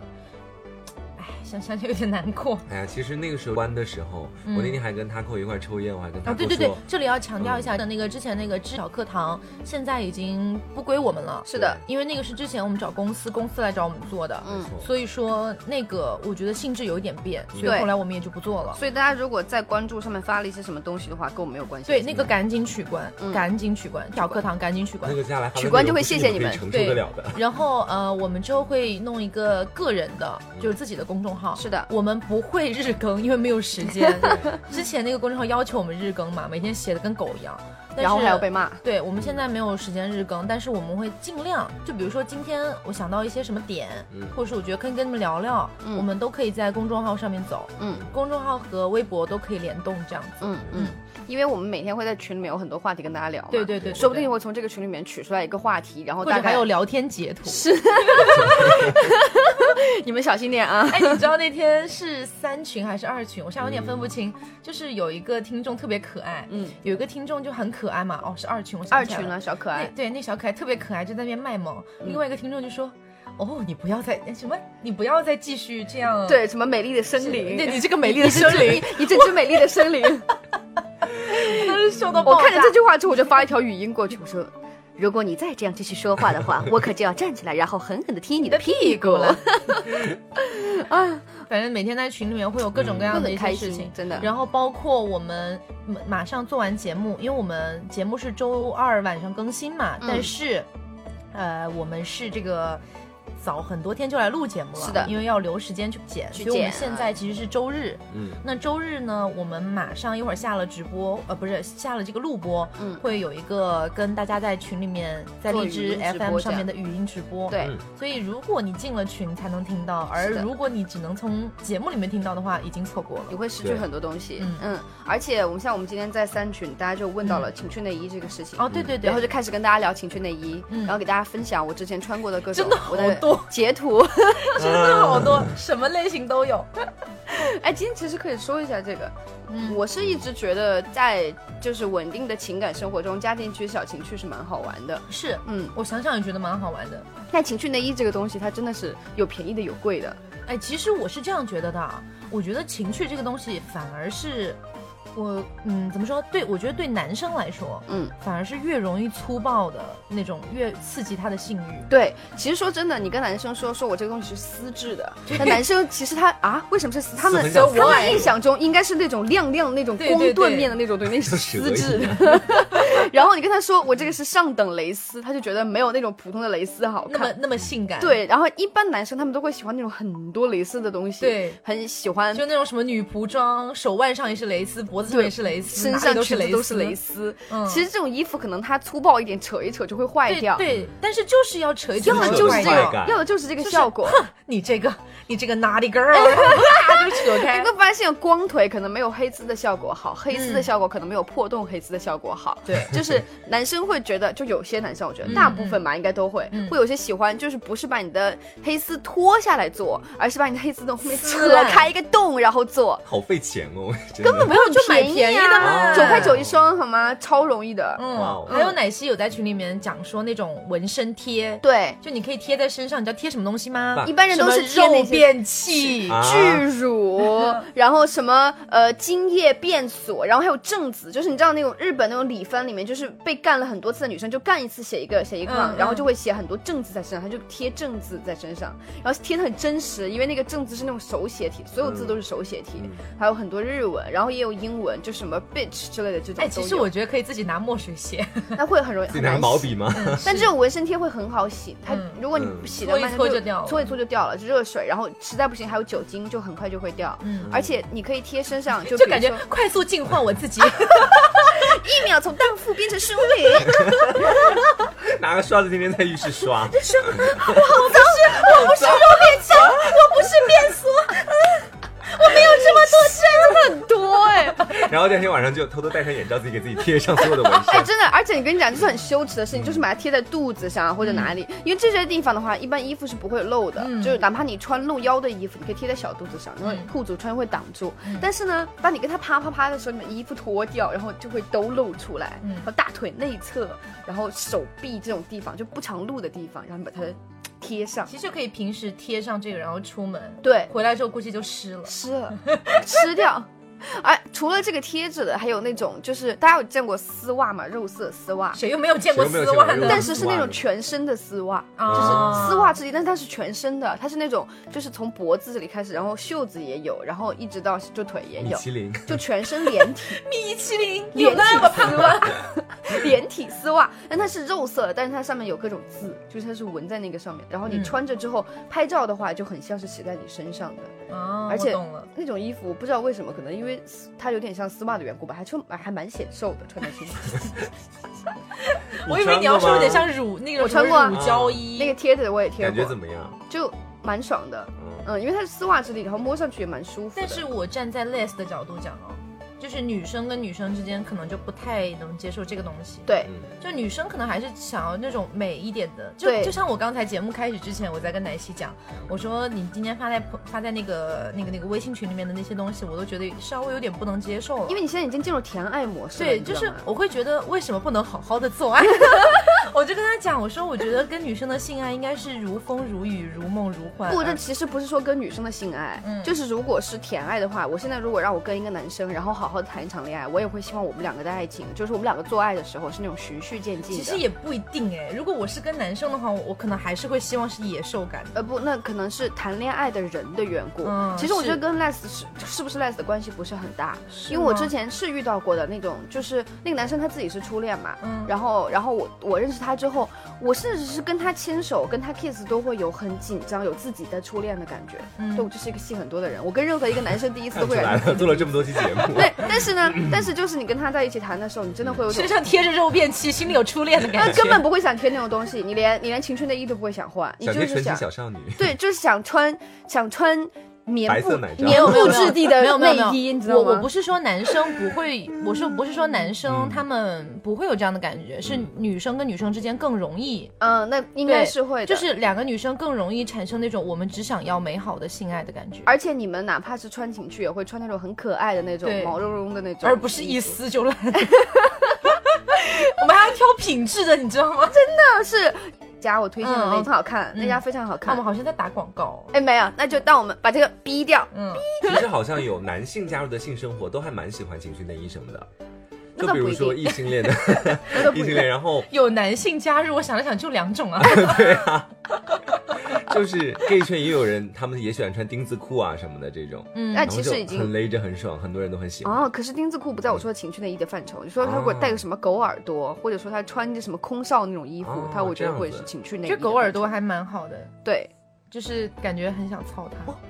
Speaker 4: 哎，想想就有点难过。
Speaker 2: 哎呀，其实那个时候关的时候，我那天还跟 Taco 一块儿抽烟，我还跟 Taco
Speaker 4: 啊，
Speaker 2: 说，
Speaker 4: 对对对，这里要强调一下
Speaker 3: 嗯
Speaker 4: 的那个之前那个知晓课堂，现在已经不归我们了，
Speaker 3: 是的，
Speaker 4: 因为那个是之前我们找公司，公司来找我们做的，
Speaker 3: 嗯
Speaker 2: 没错
Speaker 4: 所以说那个我觉得性质有一点变，所以
Speaker 3: 对
Speaker 4: 后来我们也就不做了。
Speaker 3: 所以大家如果在关注上面发了一些什么东西的话，跟我们没有关系，
Speaker 4: 对，那个赶紧取关，
Speaker 3: 嗯
Speaker 4: 赶紧取关，小课堂赶紧取关
Speaker 2: 那。个接下来发的
Speaker 3: 取关
Speaker 2: 内容
Speaker 3: 就会
Speaker 2: 不是
Speaker 3: 谢谢
Speaker 2: 你
Speaker 3: 你
Speaker 2: 可以
Speaker 3: 们
Speaker 2: 承
Speaker 4: 对
Speaker 2: 受得了的。
Speaker 4: 然后呃，我们之后会弄一个个人的，就是自己的公众号。
Speaker 3: 是的
Speaker 4: 我们不会日更，因为没有时
Speaker 3: (laughs)
Speaker 4: 间。之前那个公众号要求我们日更嘛，每天写的跟狗一样。但是
Speaker 3: 然后还要被骂，
Speaker 4: 对，我们现在没有时间日更，但是我们会尽量，就比如说今天我想到一些什么点，
Speaker 2: 嗯
Speaker 4: 或者是我觉得可以跟你们聊聊，
Speaker 3: 嗯
Speaker 4: 我们都可以在公众号上面走，
Speaker 3: 嗯
Speaker 4: 公众号和微博都可以联动这样子。
Speaker 3: 嗯嗯，因为我们每天会在群里面有很多话题跟大家聊嘛，
Speaker 4: 对对对，对
Speaker 3: 说不定
Speaker 4: 对
Speaker 3: 会从这个群里面取出来一个话题，然后
Speaker 4: 或
Speaker 3: 大
Speaker 4: 者
Speaker 3: 概
Speaker 4: 还有聊天截图。
Speaker 3: 你们小心点啊，
Speaker 4: 哎，你知道那天是三群还是二群？我现在有点分不清。就是有一个听众特别可爱，嗯
Speaker 3: 嗯，
Speaker 4: 有一个听众就很可爱嘛，哦，是二群，我
Speaker 3: (laughs)
Speaker 4: 想
Speaker 3: 二
Speaker 4: 起来
Speaker 3: 群了，小可嗯
Speaker 4: 那
Speaker 3: 爱，
Speaker 4: 对，那小可爱特别可爱，就在那边卖萌。另外一个听众就说：“哦，你不要再什么，你不要再继续这样。
Speaker 3: 对，什么美丽的森林，
Speaker 4: 对你
Speaker 3: 这个美丽
Speaker 4: 的森 (laughs) 林，
Speaker 3: (laughs) 你这只美丽的森
Speaker 4: (laughs)
Speaker 3: 林。
Speaker 4: 真是受到
Speaker 3: 我
Speaker 4: 爆炸。
Speaker 3: 看着这句话之后，我就发一条语音过去，我说：“如果你再这样继续说话的
Speaker 4: (laughs)
Speaker 3: 话，我可就要站起来，然后狠狠的踢你的屁股了。
Speaker 4: 反正每天在群里面会有各种各样的一些
Speaker 3: 嗯
Speaker 4: 事
Speaker 3: 会很开
Speaker 4: 情
Speaker 3: 心，真的
Speaker 4: 然后包括我们马马上做完节目，因为我们节目是周二晚上更新嘛，
Speaker 3: 嗯
Speaker 4: 但是，呃，我们是这个。早很多天就来录节目了，
Speaker 3: 是的
Speaker 4: 因为要留时间去剪，
Speaker 3: 去
Speaker 4: 所以我们
Speaker 3: 剪
Speaker 4: 现在其实是周日。
Speaker 2: 嗯，
Speaker 4: 那周日呢，我们马上一会儿下了直播，呃，不是下了这个录播，
Speaker 3: 嗯
Speaker 4: 会有一个跟大家在群里面在
Speaker 3: 做
Speaker 4: 荔
Speaker 3: 语
Speaker 4: 枝
Speaker 3: 音直播
Speaker 4: FM
Speaker 3: 这
Speaker 4: 上
Speaker 3: 样
Speaker 4: 面的语音直播，
Speaker 3: 对
Speaker 2: 嗯
Speaker 4: 所以如果你进了群才能听到，而
Speaker 3: 是的
Speaker 4: 如果你只能从节目里面听到的话，已经错过
Speaker 3: 你
Speaker 4: 了。
Speaker 3: 会失去
Speaker 2: 对
Speaker 3: 很多东西。
Speaker 4: 嗯
Speaker 3: 嗯，而且我们像我们今天在三群，大家就问到了情趣内衣这个事情。
Speaker 4: 哦，对对对，
Speaker 3: 然后 (laughs) 就开始跟大家聊情趣内衣，
Speaker 4: 嗯
Speaker 3: 然后给大家分享我之前穿过的各种
Speaker 4: 真的
Speaker 3: 我的
Speaker 4: 好多
Speaker 3: 截图。
Speaker 4: 真的好
Speaker 3: 嗯
Speaker 4: 多，什么类型都有。
Speaker 3: 哎，今天其实可以说一下这个，
Speaker 4: 嗯
Speaker 3: 我是一直觉得在就是稳定的情感生活中，加进一些小情趣是蛮好玩的。
Speaker 4: 是，
Speaker 3: 嗯，
Speaker 4: 我想想也觉得蛮好玩的。
Speaker 3: 但情趣内衣这个东西，它真的是有便宜的有贵的。
Speaker 4: 哎，其实我是这样觉得的啊，我觉得情趣这个东西反而是我，嗯，怎么说？对我觉得对男生来说，
Speaker 3: 嗯，
Speaker 4: 反而是越容易粗暴的那种，越刺激他的性欲。
Speaker 3: 对，其实说真的，你跟男生说说我这个东西是丝质的，但男生其实他啊，为什么是丝？他们
Speaker 2: 叫丝
Speaker 3: 他
Speaker 2: 袜
Speaker 3: 们印象中应该是那种亮亮、那种
Speaker 4: 对对
Speaker 3: 光
Speaker 4: 对
Speaker 3: 盾面的那种东西，那
Speaker 4: (laughs)
Speaker 3: 是丝
Speaker 2: 像蛇
Speaker 3: 质
Speaker 2: 一样。
Speaker 3: (laughs) 然后你跟他说我这个是上等蕾丝，他就觉得没有那种普通的蕾丝好
Speaker 4: 那么
Speaker 3: 看。
Speaker 4: 那么性感，，
Speaker 3: 对，然后一般男生他们都会喜欢那种很多蕾丝的东西，
Speaker 4: 对
Speaker 3: 很喜欢
Speaker 4: 就那种什么女仆装，手腕上也是蕾丝，脖子上
Speaker 3: 对
Speaker 4: 也是蕾丝，
Speaker 3: 身
Speaker 4: 哪里
Speaker 3: 上
Speaker 4: 都
Speaker 3: 裙
Speaker 4: 是
Speaker 3: 子
Speaker 4: 蕾
Speaker 3: 都是蕾
Speaker 4: 丝，
Speaker 3: 丝。
Speaker 4: 嗯
Speaker 3: 其实这种衣服可能它粗暴一点，扯一扯就会坏掉。
Speaker 4: 对对，但是就是要扯一扯，
Speaker 3: 要的
Speaker 2: 扯
Speaker 3: 就
Speaker 2: 坏
Speaker 3: 是这
Speaker 2: 掉
Speaker 3: 个，要的就是这个效果。
Speaker 4: 你这个你这个 naughty girl，啪就
Speaker 3: (laughs)
Speaker 4: 扯
Speaker 3: 你
Speaker 4: 开。
Speaker 3: 会发现光腿可能没有黑丝的效果好，黑丝的效果可能没有破洞黑丝的效果好。
Speaker 4: 嗯对，嗯
Speaker 3: 就是男生会觉得，就有些男生，我觉得大部分嘛，应该都会，会有些喜欢，就是不是把你的黑丝脱下来做，而是把你的黑丝从后面
Speaker 4: 撕
Speaker 3: 扯
Speaker 4: 烂
Speaker 3: 开一个洞，然后
Speaker 2: (laughs)
Speaker 3: 做，
Speaker 2: 好费钱哦，真的
Speaker 3: 根本没
Speaker 4: 有
Speaker 3: 有
Speaker 4: 就买便宜啊的
Speaker 2: 嘛
Speaker 3: 九块九一双，好吗？超容易的。
Speaker 2: 哇
Speaker 4: 嗯
Speaker 2: 哦，
Speaker 4: 还有奶昔有在群里面讲说那种纹身贴，
Speaker 3: 对，
Speaker 4: 就你可以贴在身上，你知道贴什么东西吗
Speaker 2: 啊？
Speaker 3: 一般人
Speaker 4: 什
Speaker 3: 都
Speaker 4: 么
Speaker 3: 是贴那
Speaker 4: 肉
Speaker 3: 些。
Speaker 4: 变器，
Speaker 2: 啊
Speaker 3: 巨
Speaker 4: (laughs)
Speaker 3: 乳，然后什么呃精液变锁，然后还有正子，就是你知道那种日本那种理番里面，就是被干了很多次的女生，就干一次写一个写一个嘛，
Speaker 4: 嗯嗯
Speaker 3: 然后就会写很多正字在身上，她就贴正字在身上，然后贴的很真实，因为那个正字是那种手写体，所有字都是手写
Speaker 4: 嗯
Speaker 3: 体，还有很多日文，然后也有英文，就什么 bitch 之类的这种都有。
Speaker 4: 哎，其实我觉得可以自己拿墨水写，
Speaker 3: 那会很容易
Speaker 2: 自己
Speaker 3: 很
Speaker 2: 拿
Speaker 3: 难
Speaker 2: 毛
Speaker 3: 洗
Speaker 2: 笔吗？ (laughs)
Speaker 3: 嗯
Speaker 4: (laughs)
Speaker 3: 但这种纹身贴会很好洗，它
Speaker 4: 嗯
Speaker 3: 如果你
Speaker 2: 嗯
Speaker 3: 洗的慢，它
Speaker 4: 搓一搓就掉了
Speaker 3: 搓一搓就掉了，就热水，然后实在不行还有酒精，就很快就会掉。
Speaker 4: 嗯
Speaker 3: 而且你可以贴身上，就
Speaker 4: (laughs) 就
Speaker 3: 比
Speaker 4: 感
Speaker 3: 如
Speaker 4: 觉
Speaker 3: 说
Speaker 4: 快速净化我
Speaker 3: (laughs)
Speaker 4: 自己。
Speaker 3: 一秒从荡妇变成淑
Speaker 4: (laughs)
Speaker 3: 女，
Speaker 2: 拿个刷子天天在浴室刷， (laughs)
Speaker 4: 不是变色，
Speaker 3: 很多哎、
Speaker 2: 然后第二天晚上就偷偷戴上眼罩，自己给自己贴上所有的纹
Speaker 3: 哎， (laughs)
Speaker 2: 身。
Speaker 3: 真的，而且你跟你讲，就是很羞耻的事情，就是把它贴在肚子上或者哪里，因为这些地方的话，一般衣服是不会露的，
Speaker 4: 嗯
Speaker 3: 就是哪怕你穿露腰的衣服，你可以贴在小肚子上，因为
Speaker 4: 嗯
Speaker 3: 裤子穿会挡住。但是呢，当你跟他啪啪啪的时候，你把衣服脱掉，然后就会都露出来，
Speaker 4: 嗯
Speaker 3: 然后大腿内侧，然后手臂这种地方就不常露的地方，然后你把它贴上，
Speaker 4: 其实就可以平时贴上这个，然后出门，
Speaker 3: 对，
Speaker 4: 回来之后估计就湿了。
Speaker 3: 吃了，吃掉。 (laughs) 哎，除了这个贴纸的，还有那种就是大家有见过丝袜吗？肉色丝袜，
Speaker 4: 谁又没有见过
Speaker 2: 谁又没
Speaker 4: 丝
Speaker 2: 有见过
Speaker 4: 袜呢
Speaker 2: 肉？
Speaker 3: 但是是那种全身的丝袜。
Speaker 4: 啊
Speaker 3: 丝袜之一，但是它是全身的，它是那种就是从脖子这里开始，然后袖子也有，然后一直到就腿也
Speaker 2: 米
Speaker 3: 有，
Speaker 2: 其林，
Speaker 3: 就全身连体 (laughs)
Speaker 4: 米其林有
Speaker 3: 连体
Speaker 4: 那么胖
Speaker 3: 丝
Speaker 4: 吗？
Speaker 3: 袜，
Speaker 4: (laughs)
Speaker 3: 连体丝袜，但它是肉色的，但是它上面有各种字，就是它是纹在那个上面，然后你
Speaker 4: 嗯
Speaker 3: 穿着之后、拍照的话就很像是写在你身上的
Speaker 4: 啊，
Speaker 3: 而且
Speaker 4: 我懂了。
Speaker 3: 那种衣服，我不知道为什么，可能因为丝它有点像丝袜的缘故吧，还穿还蛮显瘦的，穿在身上。
Speaker 2: (laughs)
Speaker 4: 我以为你
Speaker 2: 穿
Speaker 4: 要说有
Speaker 2: 过吗嗯
Speaker 4: 点像乳那个
Speaker 3: 我
Speaker 4: 什么
Speaker 3: 穿过啊
Speaker 4: 乳胶衣，
Speaker 3: 那个贴纸我也贴
Speaker 2: 感觉
Speaker 3: 过
Speaker 2: 怎，么样？
Speaker 3: 就蛮爽的，
Speaker 2: 嗯，
Speaker 3: 嗯，因为它是丝袜质地，然后摸上去也蛮舒服的。
Speaker 4: 但是我站在 less 的角度讲哦，就是女生跟女生之间可能就不太能接受这个东西。
Speaker 3: 对，
Speaker 4: 就女生可能还是想要那种美一点的，就
Speaker 3: 对
Speaker 4: 就像我刚才节目开始之前，我在跟奶昔讲，我说你今天发在朋发在那个那个那个微信群里面的那些东西，我都觉得稍微有点不能接受了，
Speaker 3: 因为你现在已经进入甜爱模式了，
Speaker 4: 对，
Speaker 3: 你知
Speaker 4: 就
Speaker 3: 道
Speaker 4: 是
Speaker 3: 吗
Speaker 4: 我会觉得为什么不能好好的做爱？ (laughs) 我就跟他讲，我说我觉得跟女生的性爱应该是如风如雨、如梦如幻。啊
Speaker 3: 不，这其实不是说跟女生的性爱，
Speaker 4: 嗯
Speaker 3: 就是如果是甜爱的话，我现在如果让我跟一个男生，然后好好的谈一场恋爱，我也会希望我们两个的爱情，就是我们两个做爱的时候是那种循序渐进
Speaker 4: 其
Speaker 3: 的。
Speaker 4: 实也不一定哎。如果我是跟男生的话，我我可能还是会希望是野兽感的。
Speaker 3: 呃不，那可能是谈恋爱的人的缘故。
Speaker 4: 嗯
Speaker 3: 其实我
Speaker 4: 是
Speaker 3: 觉得跟 les 是是不是 les 的关系不是很大，因为
Speaker 4: 吗
Speaker 3: 我之前是遇到过的那种，就是那个男生他自己是初恋嘛，
Speaker 4: 嗯
Speaker 3: 然后然后我我认识他之后，我甚至是跟他牵手、跟他 kiss 都会有很紧张，有自己的初恋的感觉。
Speaker 4: 嗯
Speaker 3: 对我就是一个戏很多的人，我跟任何一个男生第一次
Speaker 2: 看
Speaker 3: 都
Speaker 2: 出
Speaker 3: 会
Speaker 2: 来
Speaker 3: 感觉。
Speaker 2: 了，做了这么多期节目，
Speaker 3: (laughs) 对，但是呢，但是就是你跟他在一起谈的时候，你真的会有种
Speaker 4: 身。上贴着肉便器，心里有初恋的感
Speaker 3: 他
Speaker 4: (laughs) 觉。
Speaker 3: 根本不会想贴那种东西，你连你连情趣内衣都不会想换，你
Speaker 2: 小
Speaker 3: 就
Speaker 2: 学
Speaker 3: 是
Speaker 2: 纯情
Speaker 3: 想
Speaker 2: 小少女，
Speaker 3: 对，就是想穿想穿棉
Speaker 2: 白
Speaker 3: 布
Speaker 2: 色奶罩
Speaker 3: 棉
Speaker 4: 没有
Speaker 3: 布
Speaker 4: 没有
Speaker 3: 质地的
Speaker 4: 没有没有
Speaker 3: 内
Speaker 4: 没有
Speaker 3: 衣，你知道
Speaker 4: 我
Speaker 3: 吗？
Speaker 4: 我不是说男生不会，我说不是说男生他们不会有这样的感觉，是女生跟女生之间更容易，
Speaker 3: 嗯，那应该是会的，
Speaker 4: 就是两个女生更容易产生那种我们只想要美好的性爱的感觉。
Speaker 3: 而且你们哪怕是穿情趣，也会穿那种很可爱的那种
Speaker 4: 对
Speaker 3: 毛茸茸的那种，
Speaker 4: 而不是一丝就烂。 (laughs) 我们还要挑品质的，你知道吗？
Speaker 3: 但是家我推荐的
Speaker 4: 嗯
Speaker 3: 那家很好看，
Speaker 4: 嗯
Speaker 3: 那家非常好
Speaker 4: 我们
Speaker 3: 看。
Speaker 4: 好像在打广告。
Speaker 3: 哎，没有，那就当我们把这个逼掉。
Speaker 4: 嗯，
Speaker 2: 其实好像有男性加入的性生活都还蛮喜欢情趣内衣什么的，
Speaker 3: 那
Speaker 2: 就
Speaker 3: 倒
Speaker 2: 比
Speaker 3: 不
Speaker 2: 如
Speaker 3: 一
Speaker 2: 说
Speaker 3: 定
Speaker 2: 异性恋的
Speaker 3: (laughs) 那倒不
Speaker 2: 异
Speaker 3: 一
Speaker 2: 性
Speaker 3: 定
Speaker 2: 恋， (laughs) 然后
Speaker 4: 有男性加入，我想了想，就两种啊。 (laughs)
Speaker 2: 就是 gay 圈也有人，他们也喜欢穿丁字裤啊什么的这种，
Speaker 4: 嗯
Speaker 3: 那
Speaker 2: 然后
Speaker 3: 其
Speaker 2: 就
Speaker 3: 实
Speaker 2: 很
Speaker 3: 已经。
Speaker 2: 勒着很爽，很多人都很喜欢。
Speaker 3: 哦，可是丁字裤不在我说的情趣内衣的范畴。你说他如果
Speaker 2: 哦
Speaker 3: 戴个什么狗耳朵，或者说他穿着什么空少那种衣服
Speaker 2: 哦，
Speaker 3: 他我觉
Speaker 2: 这
Speaker 3: 得
Speaker 2: 样
Speaker 3: 会
Speaker 2: 子
Speaker 3: 是情趣内衣
Speaker 4: 这
Speaker 3: 的范畴。
Speaker 4: 狗耳朵还蛮好的，
Speaker 3: 对，
Speaker 4: 就是感觉很想操它。 (laughs)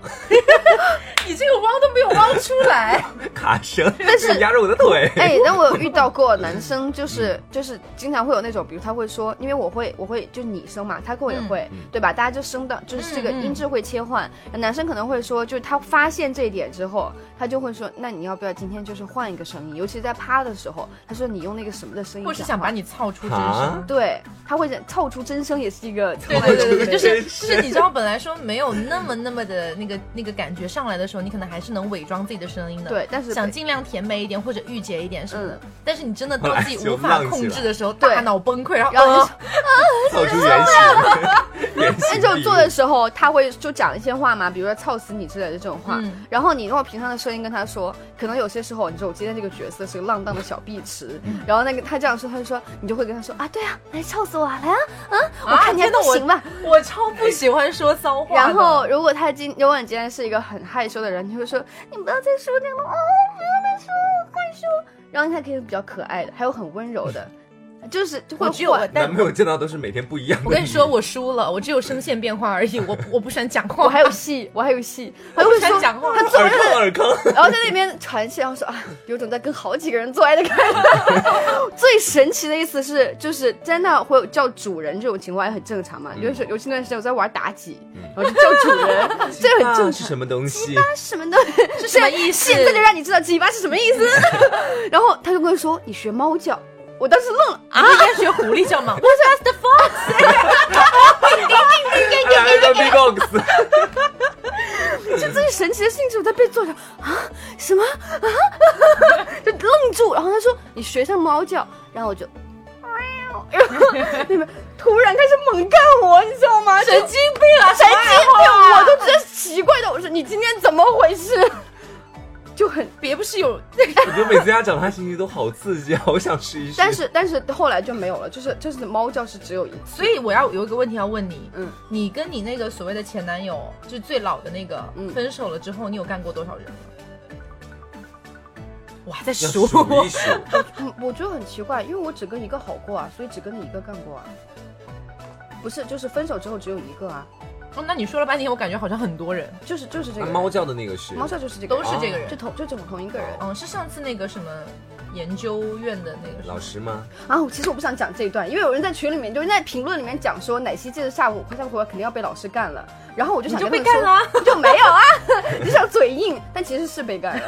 Speaker 4: 你这个汪都没有汪出 (laughs) 来，
Speaker 2: 卡声，
Speaker 3: (laughs)
Speaker 2: (laughs)
Speaker 3: 但是
Speaker 2: 压着我的腿。
Speaker 3: (laughs) 哎，但我有遇到过男生，就是就是经常会有那种，比如他会说，因为我会我会就你生嘛，他跟我也会，
Speaker 2: 嗯嗯
Speaker 3: 对吧？大家就生到就是这个
Speaker 4: 嗯嗯
Speaker 3: 音质会切换，男生可能会说，就是他发现这一点之后，他就会说，那你要不要今天就是换一个声音？尤其是在趴的时候，他说你用那个什么的声音
Speaker 4: 我
Speaker 3: 讲话，
Speaker 4: 是想把你操出真
Speaker 2: 啊
Speaker 4: 声。
Speaker 3: 对，他会想凑出真声，也是一个
Speaker 4: 对对对对对，就
Speaker 2: 真
Speaker 4: 是就是，你知道，本来说没有那么那么的那个那个感觉上来的时候，你可能还是能伪装自己的声音的。
Speaker 3: 对但是
Speaker 4: 想尽量甜美一点或者御姐一点什么的
Speaker 3: 嗯，
Speaker 4: 但是你真的当自己无
Speaker 2: 后来
Speaker 4: 法
Speaker 2: 就浪起
Speaker 4: 控制的时候，
Speaker 3: 来
Speaker 4: 大脑崩溃，然后
Speaker 3: 然后
Speaker 4: 呃
Speaker 2: 套出原
Speaker 3: (laughs)
Speaker 2: 形，原
Speaker 3: 啊那
Speaker 2: 形
Speaker 3: 种
Speaker 2: 毕
Speaker 3: 做
Speaker 2: 露
Speaker 3: 的时候，他会就讲一些话嘛，比如说“操死你”之类的这种话。
Speaker 4: 嗯
Speaker 3: 然后你用平常的声音跟他说，可能有些时候，你说我今天这个角色是个浪荡的小碧池，
Speaker 4: 嗯
Speaker 3: 然后那个他这样说，他就说，你就会跟他说啊，对啊，来操死我，来啊，啊，我
Speaker 4: 啊
Speaker 3: 看你还
Speaker 4: 真的
Speaker 3: 不
Speaker 4: 我
Speaker 3: 行吧。
Speaker 4: (laughs) 我超不喜欢说脏话的。
Speaker 3: 然后如果他今，如果你今天是一个很害羞的人，你就会说，你不要再说那个了，哦，不要再说了害羞。然后他可以比较可爱的，还有很温柔的，就是就会
Speaker 4: 我只有我
Speaker 3: 换。
Speaker 4: 但
Speaker 2: 男朋友见到都是每天不一样的。
Speaker 4: 我跟你说，，我输了，我只有声线变化而已，我我不喜欢讲话，
Speaker 3: 我还有戏，我还有戏，还会
Speaker 4: 不喜欢
Speaker 3: 说
Speaker 4: 讲话。
Speaker 2: 耳康耳康，
Speaker 3: 然后在那边传戏，然后说啊，有种在跟好几个人做爱的感觉。 (laughs) 最神奇的意思是，就是真的会有叫主人这种情况也很正常
Speaker 4: 嗯
Speaker 3: 嘛。尤其尤其那段时间我在玩妲己，然后就叫主
Speaker 4: (laughs)
Speaker 3: 人，这很正
Speaker 2: 啊是
Speaker 3: 常。
Speaker 2: 什么东西？
Speaker 3: 什么的，是
Speaker 4: 嗯什么意思
Speaker 3: 现在就让你知道鸡巴是什么意思。 (laughs) 然后他就跟我说：“你学猫叫。”我当时愣了，
Speaker 4: 啊，应该学狐狸叫 (laughs) 吗？What's the fox？
Speaker 2: 来个 big box，
Speaker 3: 就最神奇的事情是我在被坐上啊什么啊， (laughs) 就愣住。然后他说：“你学上猫叫。”然后我就，哎然后 (laughs) 那边突然开始猛干我，你知道吗？就
Speaker 4: 神经病啊！
Speaker 3: 神经病，我都觉得奇怪的。我说你今天怎么回事？ (laughs) 就很，
Speaker 4: 别不是有
Speaker 2: 我觉得每次家长他心情都好刺激，好想试一试。
Speaker 3: 但是但是后来就没有了，就是就是猫叫是只有一次，
Speaker 4: (laughs) 所以我要有一个问题要问你，
Speaker 3: 嗯，
Speaker 4: 你跟你那个所谓的前男友，就是最老的那个，
Speaker 3: 嗯
Speaker 4: 分手了之后，你有干过多少人？我还在
Speaker 2: 要
Speaker 4: 数
Speaker 2: 数，一数，
Speaker 3: 嗯，我觉得很奇怪，因为我只跟一个好过啊，所以只跟你一个干过啊。不是，就是分手之后只有一个啊，
Speaker 4: 哦，那你说了半天，我感觉好像很多人，
Speaker 3: 就是就是这个
Speaker 2: 那
Speaker 3: 人
Speaker 2: 啊猫叫的那个是
Speaker 3: 猫叫就是这个
Speaker 4: 都
Speaker 3: 人，
Speaker 4: 是这个人
Speaker 3: 就。同就这么同一个人
Speaker 4: 嗯，是上次那个什么研究院的那个
Speaker 2: 老
Speaker 4: 师，
Speaker 2: 师吗？
Speaker 3: 啊！我其实我不想讲这一段，因为有人在群里面，就是在评论里面讲说奶昔这次下午下回合肯定要被老师干了，然后我就
Speaker 4: 你
Speaker 3: 想
Speaker 4: 就
Speaker 3: 跟
Speaker 4: 被
Speaker 3: (laughs) 他们
Speaker 4: 干
Speaker 3: 说
Speaker 4: 了啊。
Speaker 3: 就没有啊，就想嘴硬，但其实是被干了。 (laughs)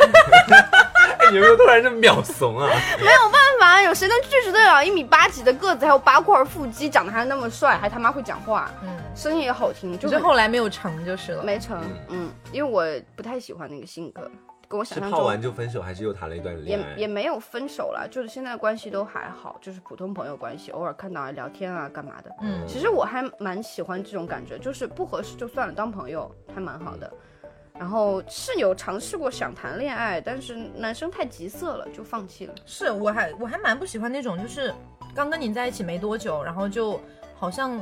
Speaker 2: 哎，哎，你有没有突然这么秒怂啊？
Speaker 3: 但凡有谁能拒绝得了一米八几的个子，还有八块腹肌，长得还那么帅，还他妈会讲话，
Speaker 4: 嗯，
Speaker 3: 声音也好听，就
Speaker 4: 就是后来没有成就是了。
Speaker 3: 没成。嗯，因为我不太喜欢那个性格，跟我想
Speaker 2: 是
Speaker 3: 象
Speaker 2: 泡完
Speaker 3: 中
Speaker 2: 就分手，还是又谈了一段
Speaker 3: 也
Speaker 2: 恋爱？
Speaker 3: 也没有分手啦，就是现在关系都还好，就是普通朋友关系，偶尔看到啊聊天啊干嘛的。
Speaker 4: 嗯
Speaker 3: 其实我还蛮喜欢这种感觉，就是不合适就算了，当朋友还蛮好的。然后是有尝试过想谈恋爱，但是男生太急色了，就放弃了。
Speaker 4: 是我还我还蛮不喜欢那种，就是刚跟你在一起没多久，然后就好像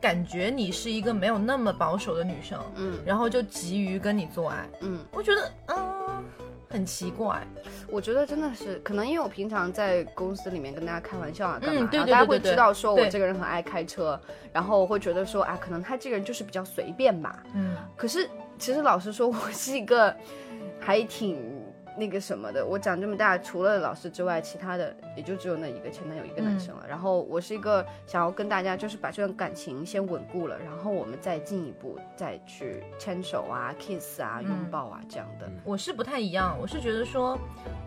Speaker 4: 感觉你是一个没有那么保守的女生，
Speaker 3: 嗯
Speaker 4: 然后就急于跟你做爱，
Speaker 3: 嗯，
Speaker 4: 我觉得嗯很奇怪，
Speaker 3: 我觉得真的是，可能因为我平常在公司里面跟大家开玩笑啊，干嘛，
Speaker 4: 嗯
Speaker 3: 然
Speaker 4: 对
Speaker 3: 后
Speaker 4: 对
Speaker 3: 大家
Speaker 4: 对
Speaker 3: 会
Speaker 4: 对
Speaker 3: 知道说我
Speaker 4: 对
Speaker 3: 这个人很爱开车，然后我会觉得说啊，可能他这个人就是比较随便吧。
Speaker 4: 嗯，
Speaker 3: 可是其实老实说， (laughs) 我是一个还挺那个什么的。我长这么大，除了老师之外，其他的也就只有那一个前男友一个男
Speaker 4: 嗯
Speaker 3: 生了。然后我是一个想要跟大家就是把这段感情先稳固了，然后我们再进一步再去牵手啊、kiss 啊、
Speaker 4: 嗯
Speaker 3: 拥抱啊这样的。
Speaker 4: 我是不太一样，我是觉得说，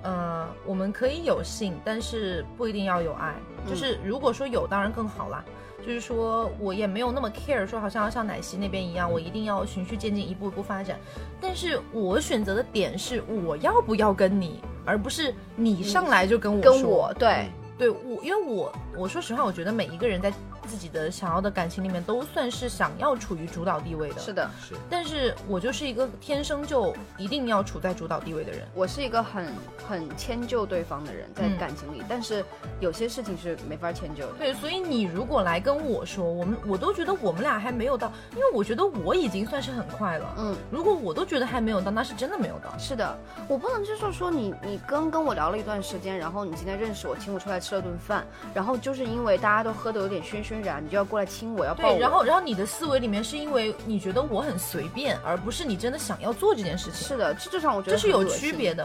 Speaker 4: 呃，我们可以有性，但是不一定要有爱。
Speaker 3: 嗯
Speaker 4: 就是如果说有，当然更好啦。就是说我也没有那么 care，说好像要像奶昔那边一样，我一定要循序渐进，一步一步发展。但是我选择的点是，我要不要跟你，而不是你上来就跟我
Speaker 3: 嗯跟
Speaker 4: 说嗯
Speaker 3: 我
Speaker 2: 嗯
Speaker 3: 对，
Speaker 4: 对我，因为我我说实话，我觉得每一个人在自己的想要的感情里面，都算是想要处于主导地位的。
Speaker 3: 是的。
Speaker 2: 是
Speaker 4: 但是我就是一个天生就一定要处在主导地位的人。
Speaker 3: 我是一个很很迁就对方的人，在
Speaker 4: 嗯
Speaker 3: 感情里，但是有些事情是没法迁就的。
Speaker 4: 对，所以你如果来跟我说，我们我都觉得我们俩还没有到，因为我觉得我已经算是很快了。
Speaker 3: 嗯，
Speaker 4: 如果我都觉得还没有到，那是真的没有到。
Speaker 3: 是的，我不能接受说你你跟跟我聊了一段时间，然后你今天认识我，请我出来吃了顿饭，然后就是因为大家都喝得有点醺醺然，你就要过来亲我，要抱我。
Speaker 4: 对，然后然后你的思维里面是因为你觉得我很随便，而不是你真的想要做这件事情，
Speaker 3: 是的，这就让我觉得
Speaker 4: 这是有
Speaker 3: 很恶
Speaker 4: 区
Speaker 3: 心
Speaker 4: 别。的。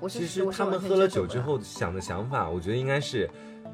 Speaker 3: 我
Speaker 2: 其
Speaker 3: 是
Speaker 2: 实
Speaker 3: 我是
Speaker 2: 他
Speaker 3: 完
Speaker 2: 们
Speaker 3: 全
Speaker 2: 喝了
Speaker 3: 接受
Speaker 2: 酒
Speaker 3: 不
Speaker 2: 之后想的想法，我觉得应该是，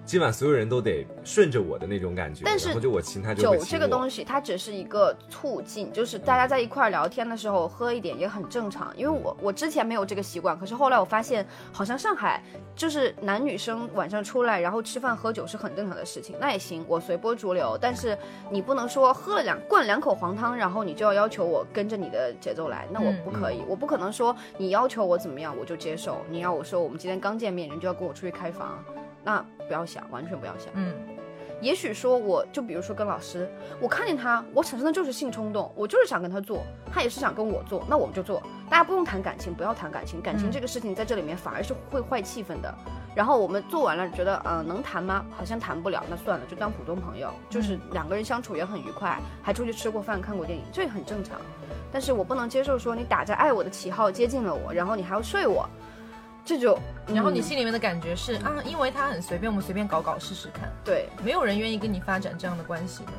Speaker 2: 今晚所有人都得顺着我的那种感觉，
Speaker 3: 但是
Speaker 2: 然后就我亲他就会
Speaker 3: 酒
Speaker 2: 亲
Speaker 3: 这个东
Speaker 2: 西，
Speaker 3: 西，它只是一个促进，就是大家在一块儿聊天的时候喝一点也很正常。因为我我之前没有这个习惯，可是后来我发现，好像上海就是男女生晚上出来然后吃饭喝酒是很正常的事情，那也行，我随波逐流。但是你不能说喝了两灌两口黄汤，然后你就要要求我跟着你的节奏来，那我
Speaker 4: 嗯
Speaker 3: 不可以，我不可能说你要求我怎么样我就接受，你要我说我们今天刚见面，人就要跟我出去开房，那不要想，完全不要想。
Speaker 4: 嗯，
Speaker 3: 也许说我就比如说跟老师，我看见他，我产生的就是性冲动，我就是想跟他做，他也是想跟我做，那我们就做，大家不用谈感情，不要谈感情，感情
Speaker 4: 嗯
Speaker 3: 这个事情在这里面反而是会坏气氛的。然后我们做完了，觉得嗯、呃能谈吗？好像谈不了，那算了，就当普通朋友，就是两个人相处也很愉快，还出去吃过饭、看过电影，这也很正常。但是我不能接受说你打着爱我的旗号接近了我，然后你还要睡我，这就
Speaker 4: 然后你
Speaker 3: 嗯
Speaker 4: 心里面的感觉是啊，因为他很随便，我们随便搞搞试试看，
Speaker 3: 对，
Speaker 4: 没有人愿意跟你发展这样的关系的，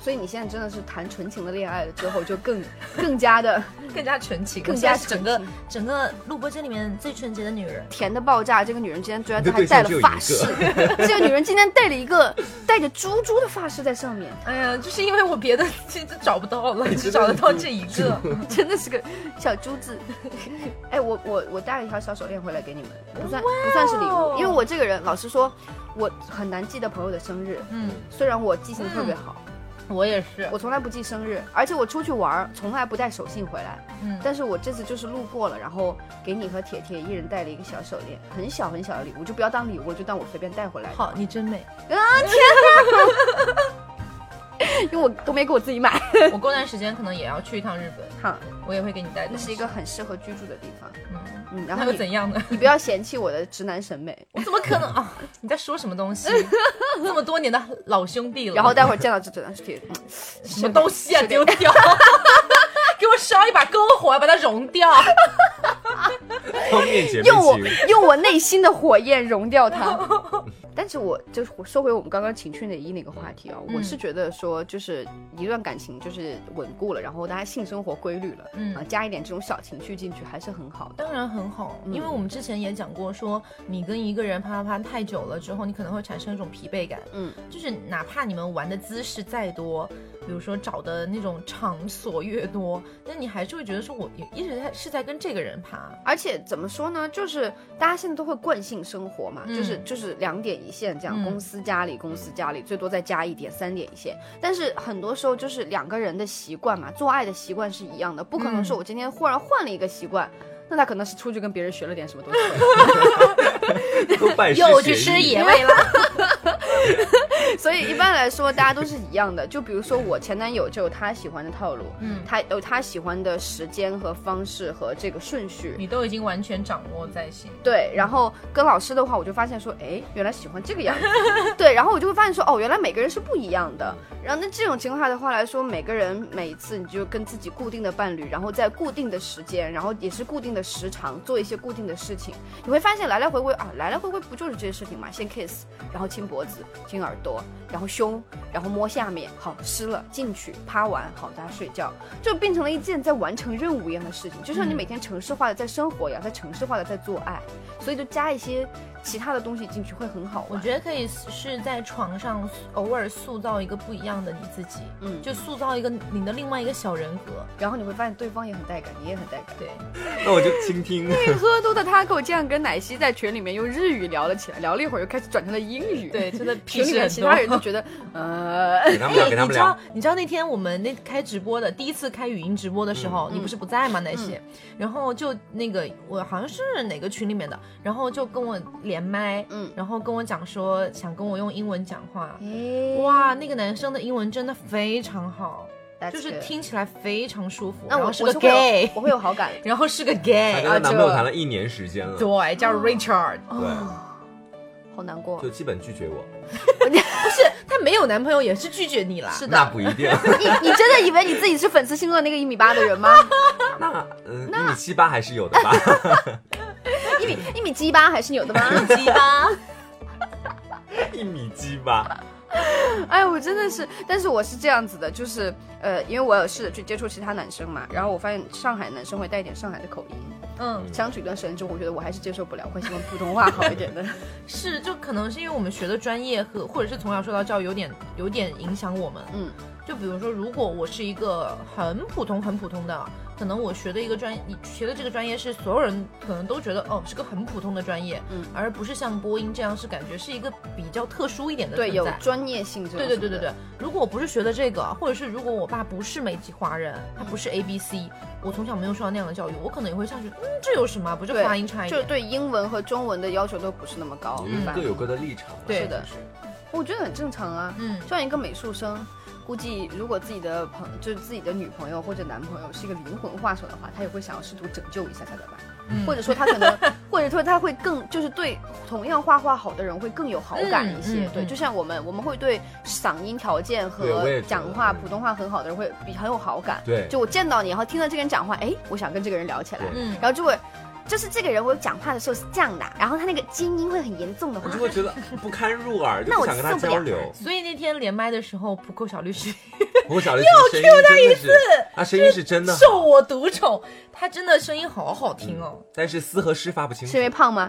Speaker 3: 所以你现在真的是谈纯情的恋爱了之后，就更 (laughs) 更加的
Speaker 4: 更加纯情，
Speaker 3: 更
Speaker 4: 我现在
Speaker 3: 加
Speaker 4: 是整个
Speaker 3: 纯情
Speaker 4: 整个录播间里面最纯洁的女人。
Speaker 3: 甜的爆炸。这个女人今天居然
Speaker 2: 你的
Speaker 3: 还
Speaker 2: 对
Speaker 3: 戴
Speaker 2: 象
Speaker 3: 了
Speaker 2: 只有一
Speaker 3: 发饰， (laughs)
Speaker 2: 个
Speaker 3: 这个女人今天戴了一个带着珠珠的发饰在上面， (laughs)
Speaker 4: 哎呀，就是因为我别的 (laughs) 这这找不到了，只找得到这一个。
Speaker 3: 真的是个小珠子。 (laughs) 哎，我我我带了一条小手链回来给你们，不算不算是礼物，因为我这个人老实说，我很难记得朋友的生日，
Speaker 4: 嗯，
Speaker 3: 虽然我记性特别好，
Speaker 4: 我也是。
Speaker 3: 我从来不记生日，而且我出去玩儿从来不带手信回来。
Speaker 4: 嗯，
Speaker 3: 但是我这次就是路过了，然后给你和铁铁一人带了一个小手链，很小很小的礼物，就不要当礼物，就当我随便带回来的，
Speaker 4: 好，你真 (laughs) 美。
Speaker 3: 因为我都没给我自己买。
Speaker 4: 我过段时间可能也要去一趟日本，
Speaker 3: (laughs) 好，
Speaker 4: 我也会给你带东
Speaker 3: 那是
Speaker 4: 西。
Speaker 3: 一个很适合居住的地方。
Speaker 4: 嗯，
Speaker 3: 嗯，然
Speaker 4: 那
Speaker 3: 后
Speaker 4: 又
Speaker 3: 你
Speaker 4: 怎样呢？
Speaker 3: 你不要嫌弃我的直男审美，
Speaker 4: (laughs) 我怎么 (laughs) 可能啊？你在说什么 (laughs) 东西？这么多年的老兄弟了，
Speaker 3: 然后待会儿见到这直男铁，嗯
Speaker 4: 什么东西 (laughs) 啊？丢掉！给我烧一把篝火，把它融掉。
Speaker 2: 方便姐妹
Speaker 3: 用我
Speaker 2: 情，
Speaker 3: 用我内心的火焰融掉它。 (laughs) 但是我就是我说回我们刚刚情趣内衣那个话题啊，
Speaker 4: 嗯
Speaker 3: 我是觉得说，就是一段感情就是稳固了，然后大家性生活规律了，
Speaker 4: 嗯
Speaker 3: 啊，加一点这种小情趣进去还是很好的。
Speaker 4: 当然很好，
Speaker 3: 嗯
Speaker 4: 因为我们之前也讲过说，你跟一个人啪啪啪太久了之后，你可能会产生一种疲惫感。
Speaker 3: 嗯，
Speaker 4: 就是哪怕你们玩的姿势再多，比如说找的那种场所越多，那你还是会觉得说我一直在是在跟这个人爬，
Speaker 3: 而且怎么说呢，就是大家现在都会惯性生活嘛，
Speaker 4: 嗯
Speaker 3: 就是就是两点一线这样，
Speaker 4: 嗯
Speaker 3: 公司家里公司家里，最多再加一点三点一线。但是很多时候就是两个人的习惯嘛，做爱的习惯是一样的，不可能
Speaker 4: 嗯
Speaker 3: 说我今天忽然换了一个习惯。那他可能是出去跟别人学了点什么东西， (laughs)
Speaker 2: 都拜师
Speaker 4: 又去
Speaker 2: 学
Speaker 4: 吃
Speaker 2: 艺
Speaker 4: 野味 (laughs) 了。
Speaker 3: 所以一般来说大家都是一样的。就比如说我前男友就有他喜欢的套路，
Speaker 4: 嗯，
Speaker 3: 他有他喜欢的时间和方式和这个顺序，
Speaker 4: 你都已经完全掌握在心。
Speaker 3: 对，然后跟老师的话，我就发现说，哎，原来喜欢这个样子，对，然后我就会发现说，哦，原来每个人是不一样的。然后那这种情况下的话来说，每个人每一次你就跟自己固定的伴侣，然后在固定的时间，然后也是固定的时长，做一些固定的事情，你会发现来来回回啊，来来回回不就是这些事情嘛？先 kiss，然后亲脖子，亲耳朵，然后胸，然后摸下面，好湿了进去，趴完，好大家睡觉，就变成了一件在完成任务一样的事情，就像你
Speaker 4: 嗯
Speaker 3: 每天城市化的在生活一样，在城市化的在做爱。所以就加一些其他的东西进去会很好
Speaker 4: 我
Speaker 3: 玩。
Speaker 4: 觉得可以是在床上偶尔塑造一个不一样的你自己，
Speaker 3: 嗯，就
Speaker 4: 就塑造一个你的另外一个小人格。
Speaker 3: 然后你会发现对方也很带感，你也很带感。
Speaker 4: 对，
Speaker 2: 那我就倾听。
Speaker 3: 喝多的他跟我这样跟奶昔在群里面用日语聊了起来，聊了一会儿又开始转成了英语。
Speaker 4: 对真 (laughs) 的
Speaker 3: 群里
Speaker 4: 屁事
Speaker 3: 面
Speaker 4: 很
Speaker 3: 其他
Speaker 4: 多
Speaker 3: 人都觉 (laughs) 得，呃，
Speaker 2: 给他们聊，给他们
Speaker 3: (laughs)
Speaker 4: 哎你知道
Speaker 2: 聊。
Speaker 4: 你知道那天我们那开直播的第一次开语音直播的时候，
Speaker 3: 嗯
Speaker 4: 你不是不在吗？那些，然后就那个我好像是哪个群里面的，然后就跟我连麦，
Speaker 3: 嗯
Speaker 4: 然后跟我讲说想跟我用英文讲话。
Speaker 3: 哎，
Speaker 4: 哇，那个男生的英文真的非常好，
Speaker 3: that's
Speaker 4: 就是
Speaker 3: good，
Speaker 4: 听起来非常舒服。
Speaker 3: 那
Speaker 4: 然
Speaker 3: 我
Speaker 4: 后
Speaker 3: 我
Speaker 4: 是
Speaker 3: 是
Speaker 4: 个
Speaker 3: 会有
Speaker 4: gay，
Speaker 3: 我会有好感。
Speaker 4: 然后是个
Speaker 2: 她
Speaker 4: gay，啊
Speaker 2: 跟她男朋友
Speaker 3: 这
Speaker 2: 谈了一年时间了，
Speaker 4: 对，叫
Speaker 3: 嗯
Speaker 4: Richard。
Speaker 3: 哦，好难过
Speaker 2: 就。基本拒绝我。
Speaker 4: 她没有男朋友也是拒绝你啦。 (laughs)
Speaker 3: 是
Speaker 2: 那
Speaker 3: 的，
Speaker 2: 不一
Speaker 3: (laughs)
Speaker 2: 定。
Speaker 3: 你你真的以为你自己是粉丝心中的那个一米八的人吗？ (laughs)
Speaker 2: 那嗯，一米七八还是有的吧？
Speaker 3: (laughs) 一米一米七八还是有的吗？
Speaker 4: 鸡巴，
Speaker 2: 一米七八，
Speaker 3: (laughs) 哎，我真的是，但是我是这样子的，就是呃，因为我有试着去接触其他男生嘛，然后我发现上海男生会带一点上海的口音，
Speaker 4: 嗯，
Speaker 3: 相处一段时间之后，我觉得我还是接受不了，会希望普通话好一点的。
Speaker 4: 是，就可能是因为我们学的专业和或者是从小受到教育有点有点影响我们。
Speaker 3: 嗯，
Speaker 4: 就比如说，如果我是一个很普通很普通的，可能我学的一个专你学的这个专业是所有人可能都觉得哦是个很普通的专业，
Speaker 3: 嗯
Speaker 4: 而不是像播音这样是感觉是一个比较特殊一点的
Speaker 3: 对，
Speaker 4: 存
Speaker 3: 有
Speaker 4: 在。
Speaker 3: 专业性这种。
Speaker 4: 对对对对对，，如果我不是学的这个，或者是如果我爸不是美籍华人，他不是 A B C，我从小没有受到那样的教育，我可能也会上去，嗯，这有什么啊？不就
Speaker 3: 对
Speaker 4: 发音差一
Speaker 3: 就是
Speaker 4: 点？
Speaker 3: 对英文和中文的要求都不是那么高，一
Speaker 2: 嗯
Speaker 3: 般
Speaker 2: 各有各的立场嘛。
Speaker 4: 对
Speaker 3: 的
Speaker 2: 其实
Speaker 3: 我觉得很正常啊。
Speaker 4: 嗯
Speaker 3: 就像一个美术生，估计如果自己的朋就是自己的女朋友或者男朋友是一个灵魂画手的话，他也会想要试图拯救一下他的吧。
Speaker 4: 嗯
Speaker 3: 或者说他可
Speaker 4: (laughs)
Speaker 3: 能，或者说他会更就是对同样画画好的人会更有好感一些。
Speaker 4: 嗯嗯
Speaker 3: 对，
Speaker 4: 嗯
Speaker 3: 就像我们我们会对嗓音条件
Speaker 2: 对我
Speaker 3: 和
Speaker 2: 也觉得
Speaker 3: 讲话
Speaker 2: 嗯
Speaker 3: 普通话很好的人会比很有好感。
Speaker 2: 对
Speaker 3: 就我见到你，然后听到这个人讲话，哎，我想跟这个人聊起来，
Speaker 2: 对
Speaker 4: 嗯
Speaker 3: 然后就会。就是这个人，我讲话的时候是这样的，啊然后他那个尖音会很严重的
Speaker 2: 我
Speaker 3: 话
Speaker 2: 就，会觉得不堪入耳，就
Speaker 3: 那
Speaker 2: 不
Speaker 3: 我
Speaker 2: 想跟他
Speaker 3: 受不
Speaker 2: 交
Speaker 3: 了
Speaker 2: 流。
Speaker 3: (laughs)
Speaker 4: 所以那天连麦的时候，浦口小律师
Speaker 2: 我小的又 Q 他一次，他声音是真的好，
Speaker 4: (laughs) 受我独宠，他真的声音好好听哦。
Speaker 2: 但是丝和诗发不清楚，
Speaker 3: 是因为胖吗？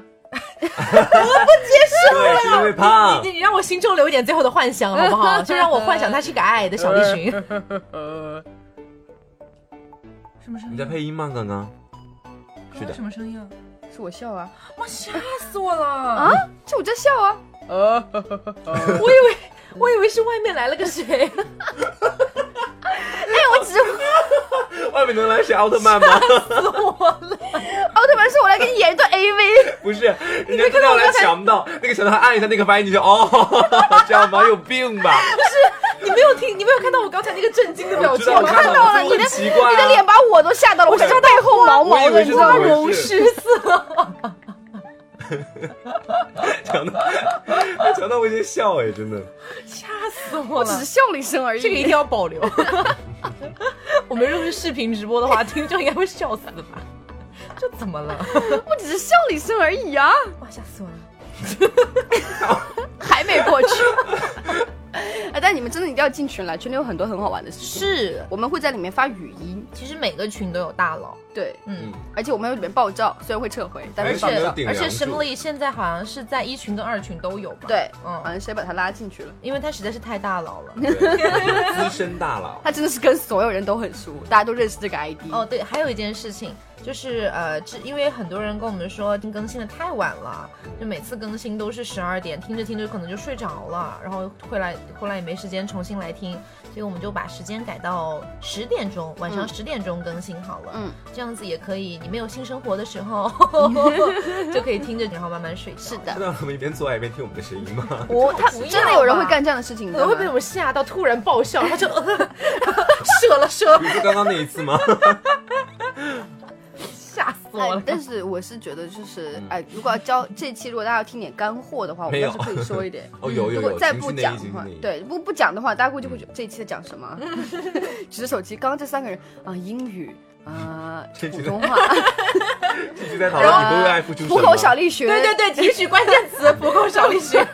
Speaker 2: 对，是因为胖
Speaker 4: 你。你让我心中留一点最后的幻想好不好？就让我幻想他是个矮矮的小栗旬。什么声
Speaker 2: 你在配音吗？刚刚？是的，
Speaker 4: 么声音啊？
Speaker 3: (laughs) 是我笑啊
Speaker 4: 哇，吓死 (laughs) 我了！
Speaker 2: 嗯
Speaker 4: 啊
Speaker 3: 啊，是我在笑啊！
Speaker 4: 我以为我以为是外面来了个谁， (laughs)
Speaker 3: 哎，我只是
Speaker 2: 外面能来是奥特曼吗？ (laughs)
Speaker 3: 奥特曼是我哦来给你演一段 AV，
Speaker 2: 不是，人家看到来抢不到，那个抢到他按一下那个发音，你就哦， (laughs) 这样吗？有病吧？
Speaker 4: 你没有听，你没有看到我刚才那个震惊的表
Speaker 2: 我知
Speaker 4: 情
Speaker 2: 道，
Speaker 4: 吗？
Speaker 2: 看
Speaker 3: 到了
Speaker 2: 就很奇怪啊，
Speaker 3: 你的脸把我都吓到了，我现在背后毛毛
Speaker 2: 我以
Speaker 3: 的，
Speaker 2: 为
Speaker 3: 你
Speaker 2: 是
Speaker 3: 知道吗
Speaker 2: 怎？么
Speaker 4: 荣
Speaker 2: 回事
Speaker 4: 失色，
Speaker 2: 抢到，抢到我已经笑哎，真的。
Speaker 4: (laughs) 吓死我
Speaker 3: 只是
Speaker 4: 了！
Speaker 3: 笑了一声而已。
Speaker 4: 这个一定要
Speaker 3: (laughs)
Speaker 4: 保留。我们如果是视频直播的话，听众应该会笑死吧？ (laughs) 这怎么了？
Speaker 3: 我只是笑了一声而已啊，
Speaker 4: 哇，吓死我了！
Speaker 3: (laughs) 还没过去。啊，但你们真的一定要进群来，群里有很多很好玩的事情。
Speaker 4: 是，
Speaker 3: 我们会在里面发语音，
Speaker 4: 其实每个群都有大佬，
Speaker 3: 对，
Speaker 4: 嗯。
Speaker 3: 而且我们有里面爆照，虽然会撤回，但
Speaker 4: 而
Speaker 3: 是爆
Speaker 4: 且
Speaker 2: 没有
Speaker 3: 照。
Speaker 2: 顶
Speaker 4: 而且
Speaker 2: 梁柱
Speaker 4: Shimley 现在好像是在一群跟二群都有吧？，
Speaker 3: 对，好
Speaker 4: 嗯，
Speaker 3: 像谁把他拉进去了？
Speaker 4: 因为他实在是太大佬了。
Speaker 2: 对资深大佬，
Speaker 3: 他真的是跟所有人都很熟，大家都认识这个 ID。
Speaker 4: 哦，对，还有一件事情就是，呃，这因为很多人跟我们说更新的太晚了，就每次更新都是十二点，听着听着可能就睡着了，然后回来回来也没时间重新来听，所以我们就把时间改到十点钟，晚上
Speaker 3: 嗯
Speaker 4: 十点钟更新好了。
Speaker 3: 嗯，
Speaker 4: 这样子也可以，你没有性生活的时
Speaker 3: (laughs)
Speaker 4: 候就可以听着，然后慢慢睡。
Speaker 3: 是，的
Speaker 2: 不，让他们一边做爱一边听我们的声音吗？ (laughs)
Speaker 3: 我他
Speaker 4: 不要
Speaker 3: 真的有人会
Speaker 4: 吧
Speaker 3: 干这样的事情，
Speaker 4: 可
Speaker 3: 的
Speaker 4: 能啊会被我们吓到，突然爆笑，他就 (laughs) 射了射
Speaker 2: 比，如说刚刚那一次吗？ (laughs)
Speaker 4: 吓死
Speaker 3: 哎
Speaker 4: 我了。
Speaker 3: 但是我是觉得，就是哎，如果要教这期，如果大家要听点干货的话，我
Speaker 2: 嗯
Speaker 3: 们
Speaker 2: 没有
Speaker 3: 倒是可以说
Speaker 2: (laughs)
Speaker 3: 一点。
Speaker 2: 哦，有
Speaker 3: 如
Speaker 2: 有
Speaker 3: 果
Speaker 2: 有，
Speaker 3: 再
Speaker 2: 情
Speaker 3: 不
Speaker 2: 绪内
Speaker 3: 讲
Speaker 2: 衣
Speaker 3: 的
Speaker 2: 情绪
Speaker 3: 话
Speaker 2: 内嗯衣，
Speaker 3: 对，不不讲的话，大家估计会觉得这一期在讲什
Speaker 4: (laughs)
Speaker 3: 么？指着手机，刚刚这三个人啊，英语啊，
Speaker 2: 这期
Speaker 3: 普
Speaker 2: 在 (laughs)
Speaker 3: 通话， (laughs)
Speaker 2: 继续在讨论
Speaker 3: 然后
Speaker 2: 你会为爱付出什
Speaker 3: 浦
Speaker 2: 么。
Speaker 3: 口小力学，
Speaker 4: 对对对， (laughs) 提取关键词“不够少力学”。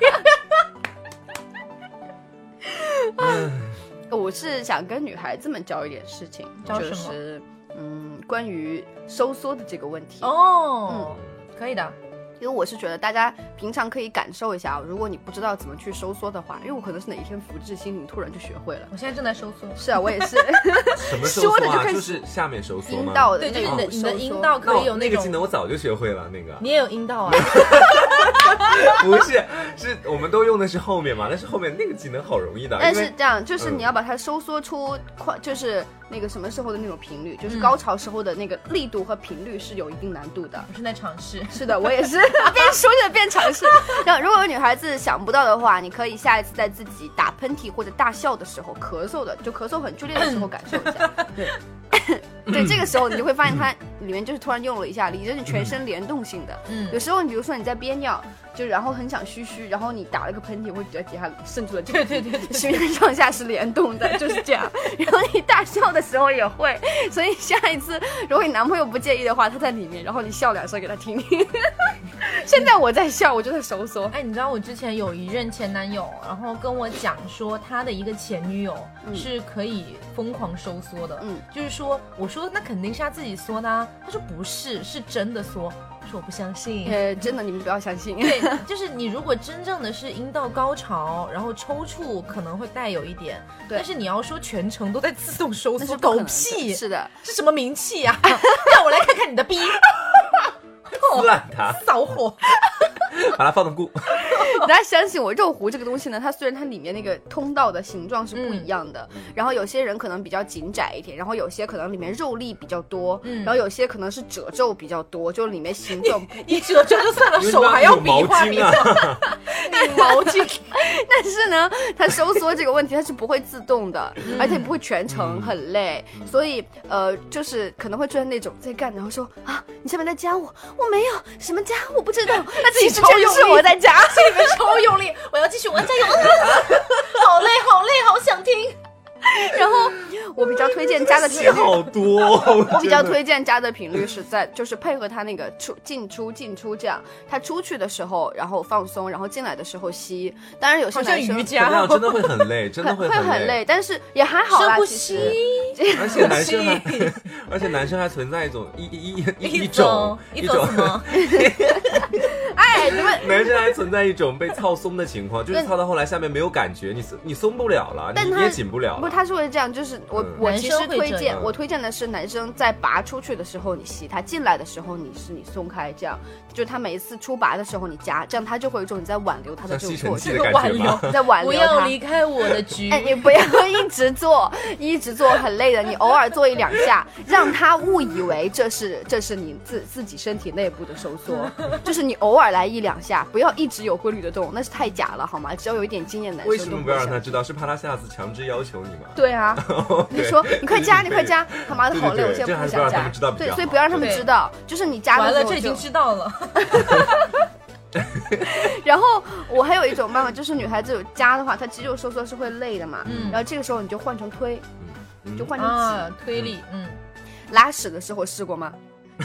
Speaker 3: 我是想跟女孩子们教一点事情，
Speaker 4: 教
Speaker 3: 就
Speaker 4: 什么
Speaker 3: 是嗯，关于收缩的这个问题。
Speaker 4: (laughs) 哦，可以的，
Speaker 3: 因为我是觉得大家平常可以感受一下，如果你不知道怎么去收缩的话，因为我可能是哪一天福至心灵突然就学会了。
Speaker 4: 我现在正在收缩。
Speaker 3: 是啊，我也是
Speaker 2: 什么收
Speaker 3: 说
Speaker 2: 缩
Speaker 3: 着就
Speaker 2: 啊？
Speaker 3: 开始
Speaker 2: 就是下面收缩
Speaker 3: (laughs) 阴
Speaker 2: 吗？
Speaker 3: 道的
Speaker 4: 对，
Speaker 3: 那
Speaker 4: 就是你
Speaker 3: 种收缩
Speaker 4: 的哦你的阴道
Speaker 2: 那
Speaker 4: 可以有
Speaker 2: 我那个
Speaker 4: 种
Speaker 2: 技，能我早就学会了，那个
Speaker 4: 你也有阴道 (laughs) 啊？
Speaker 2: 不是是我们都用的是后面嘛，但是后面那个技能好容易的，
Speaker 3: 但
Speaker 2: 因
Speaker 3: 是
Speaker 2: 为
Speaker 3: 这样，就是
Speaker 2: 嗯
Speaker 3: 你要把它收缩出快，就是那个什么时候的那种频率，就是
Speaker 4: 嗯
Speaker 3: 高潮时候的那个力度和频率是有一定难度的。
Speaker 4: 我正在尝试。
Speaker 3: 是的，我也是 (laughs) 边说着边尝试。然后，如果有女孩子想不到的话，你可以下一次在自己打喷嚏或者大笑的时候、咳嗽的，就咳嗽很剧烈的时候感受一下。 (laughs) 对，对，这个时候你就会发现它里面就是突然用了一下力，就是你全身联动性的。
Speaker 4: 嗯
Speaker 3: 有，时候你比如说你在憋尿，就然后很想嘘嘘，然后你打了个喷嚏，会觉得底下渗出了对
Speaker 4: 对对对对
Speaker 3: 上上下是联动
Speaker 4: (laughs)
Speaker 3: 的，就是这样。然后你大笑的时候也会，所以下一次如果你男朋友不介意的话，他在里面，然后你笑两声给他听 (laughs) 听。现在我在笑，我就在收缩。
Speaker 4: 哎，你知道我之前有一任前男友，然后跟我讲说他的一个前女友
Speaker 3: 嗯
Speaker 4: 是可以疯狂收缩的，
Speaker 3: 嗯
Speaker 4: 就是说，我说那肯定是他自己缩的、啊，他说不是，是真的缩，他说我不相信。
Speaker 3: 呃，真的，你们不要相信。 (laughs)
Speaker 4: 对，就是你如果真正的是阴道高潮，然后抽搐可能会带有一点，
Speaker 3: 对
Speaker 4: 但是你要说全程都在自动收
Speaker 3: 那
Speaker 4: 缩，
Speaker 3: 是不可
Speaker 4: 狗
Speaker 3: 能的
Speaker 4: 屁，
Speaker 3: 是的，
Speaker 4: 是什么名气呀、 (laughs) 让我来看看你的逼，
Speaker 2: 撕烂它，
Speaker 3: (laughs)
Speaker 4: 骚货。
Speaker 2: 把它放到固。
Speaker 3: 大家相信我，肉壶这个东西呢，它虽然它里面那个
Speaker 4: 嗯
Speaker 3: 通道的形状是不一样的，然后有些人可能比较紧窄一点，然后有些可能里面肉粒比较多，
Speaker 4: 嗯
Speaker 3: 然后有些可能是褶皱比较多，就里面形
Speaker 4: (laughs)
Speaker 3: 状不。
Speaker 4: 你褶皱就算了，
Speaker 2: 因为
Speaker 4: (laughs) 手还要
Speaker 2: 有
Speaker 4: 比
Speaker 2: 毛
Speaker 4: 划比
Speaker 2: 巾啊
Speaker 4: 划，，拧毛巾。
Speaker 3: 但是呢，它收缩这个问题它是不会自动的，
Speaker 4: 嗯
Speaker 3: 而且不会全程，很累，所以呃，就是可能会出现那种在干，然后说啊，你下面在夹我，我没有什么夹，我不知
Speaker 4: (laughs)
Speaker 3: 道，那其实
Speaker 4: 超
Speaker 3: 真的
Speaker 4: 用
Speaker 3: 是
Speaker 4: 力
Speaker 3: 我在
Speaker 4: (laughs)
Speaker 3: 夹，
Speaker 4: 心里面超用力，我要继续，我要加油。好累，好累，好想听。
Speaker 3: 然后我比较推荐夹的频
Speaker 2: 戏
Speaker 3: 率。
Speaker 2: 好多哦，我
Speaker 3: 我比较
Speaker 2: 真的
Speaker 3: 推荐加的频率是在， (laughs) 就是配合他那个出进出进出这样，他出去的时候然后放松，然后进来的时候吸。当然有些
Speaker 4: 好像
Speaker 3: 男生
Speaker 4: 瑜伽
Speaker 2: 怎么
Speaker 4: (laughs)
Speaker 2: 样？真的会很累，真的
Speaker 3: 很
Speaker 2: 会
Speaker 3: 会很
Speaker 2: 累
Speaker 3: 累，。但是也还好
Speaker 4: 深
Speaker 3: 啦。
Speaker 4: 呼
Speaker 3: 其
Speaker 4: 吸
Speaker 3: 实，
Speaker 2: 而且男生还
Speaker 4: (laughs) 呼吸，
Speaker 2: 而且男生还存在一种一一一一
Speaker 4: 一
Speaker 2: 种
Speaker 4: 一种
Speaker 2: 种
Speaker 4: 什，么？
Speaker 3: 哎，你们，
Speaker 2: (laughs) 男生还存在一种被操松的情况，就是
Speaker 3: 但
Speaker 2: 操到后来下面没有感觉，你松你松不了了，
Speaker 3: 但
Speaker 2: 你
Speaker 3: 他
Speaker 2: 也紧不了
Speaker 3: 不，
Speaker 2: 了。
Speaker 3: 他是会这样，就是我
Speaker 2: 嗯
Speaker 3: 我
Speaker 4: 男
Speaker 3: 其
Speaker 4: 生
Speaker 3: 实
Speaker 4: 会
Speaker 3: 推
Speaker 4: 这
Speaker 3: 荐
Speaker 2: 样
Speaker 3: 我推荐的是男生在拔出去的时候你吸，他进来的时候你是你松开，这样就他每一次出拔的时候你夹，这样他就会有一种你在挽留他的
Speaker 2: 像
Speaker 3: 这种
Speaker 2: 吸尘器
Speaker 3: 过程
Speaker 2: 的
Speaker 4: 这个
Speaker 2: 感觉
Speaker 4: 挽
Speaker 2: 吗？
Speaker 3: (laughs) 在 (laughs) 挽
Speaker 4: 不
Speaker 3: 留
Speaker 4: 要
Speaker 3: 他。
Speaker 4: 离开我的局。
Speaker 3: (laughs) 哎，你不要一直做，一直做很累的。你偶尔做一两下，让他误以为这是这是你自自己身体内部的收缩，就是你偶尔来一两下，不要一直有规律的动，那是太假了，好吗？只要有一点经验的男
Speaker 2: 为
Speaker 3: 生
Speaker 2: 什
Speaker 3: 都
Speaker 2: 么
Speaker 3: 不
Speaker 2: 不
Speaker 3: 会
Speaker 2: 要让他
Speaker 3: 想
Speaker 2: 知道？是怕他下次强制要求你吗？
Speaker 3: 对
Speaker 2: (laughs)
Speaker 3: 啊，你说你快加，你快加，他妈的
Speaker 2: 对
Speaker 3: 好累，
Speaker 2: 对
Speaker 3: 我
Speaker 2: 对
Speaker 3: 现
Speaker 2: 这
Speaker 3: 在
Speaker 2: 还
Speaker 3: 不
Speaker 2: 是不要
Speaker 3: 想
Speaker 2: 让他
Speaker 3: 加
Speaker 2: 们知道。比
Speaker 3: 对，
Speaker 2: 较
Speaker 3: 所以
Speaker 2: 好
Speaker 3: 不要让他们
Speaker 4: 对
Speaker 3: 知道，就是你加
Speaker 4: 完
Speaker 3: 的
Speaker 4: 了，
Speaker 3: 时候
Speaker 4: 这已经
Speaker 3: 就
Speaker 4: 知道了。
Speaker 3: 然后我还有一种办法，就是女孩子有加的话，她肌肉收缩是会累的嘛，
Speaker 4: 嗯
Speaker 3: 然后这个时候你就换成推，
Speaker 2: 嗯
Speaker 3: 就换成挤。
Speaker 4: 啊啊，推力，嗯， (laughs)
Speaker 3: 拉屎的时候试过吗？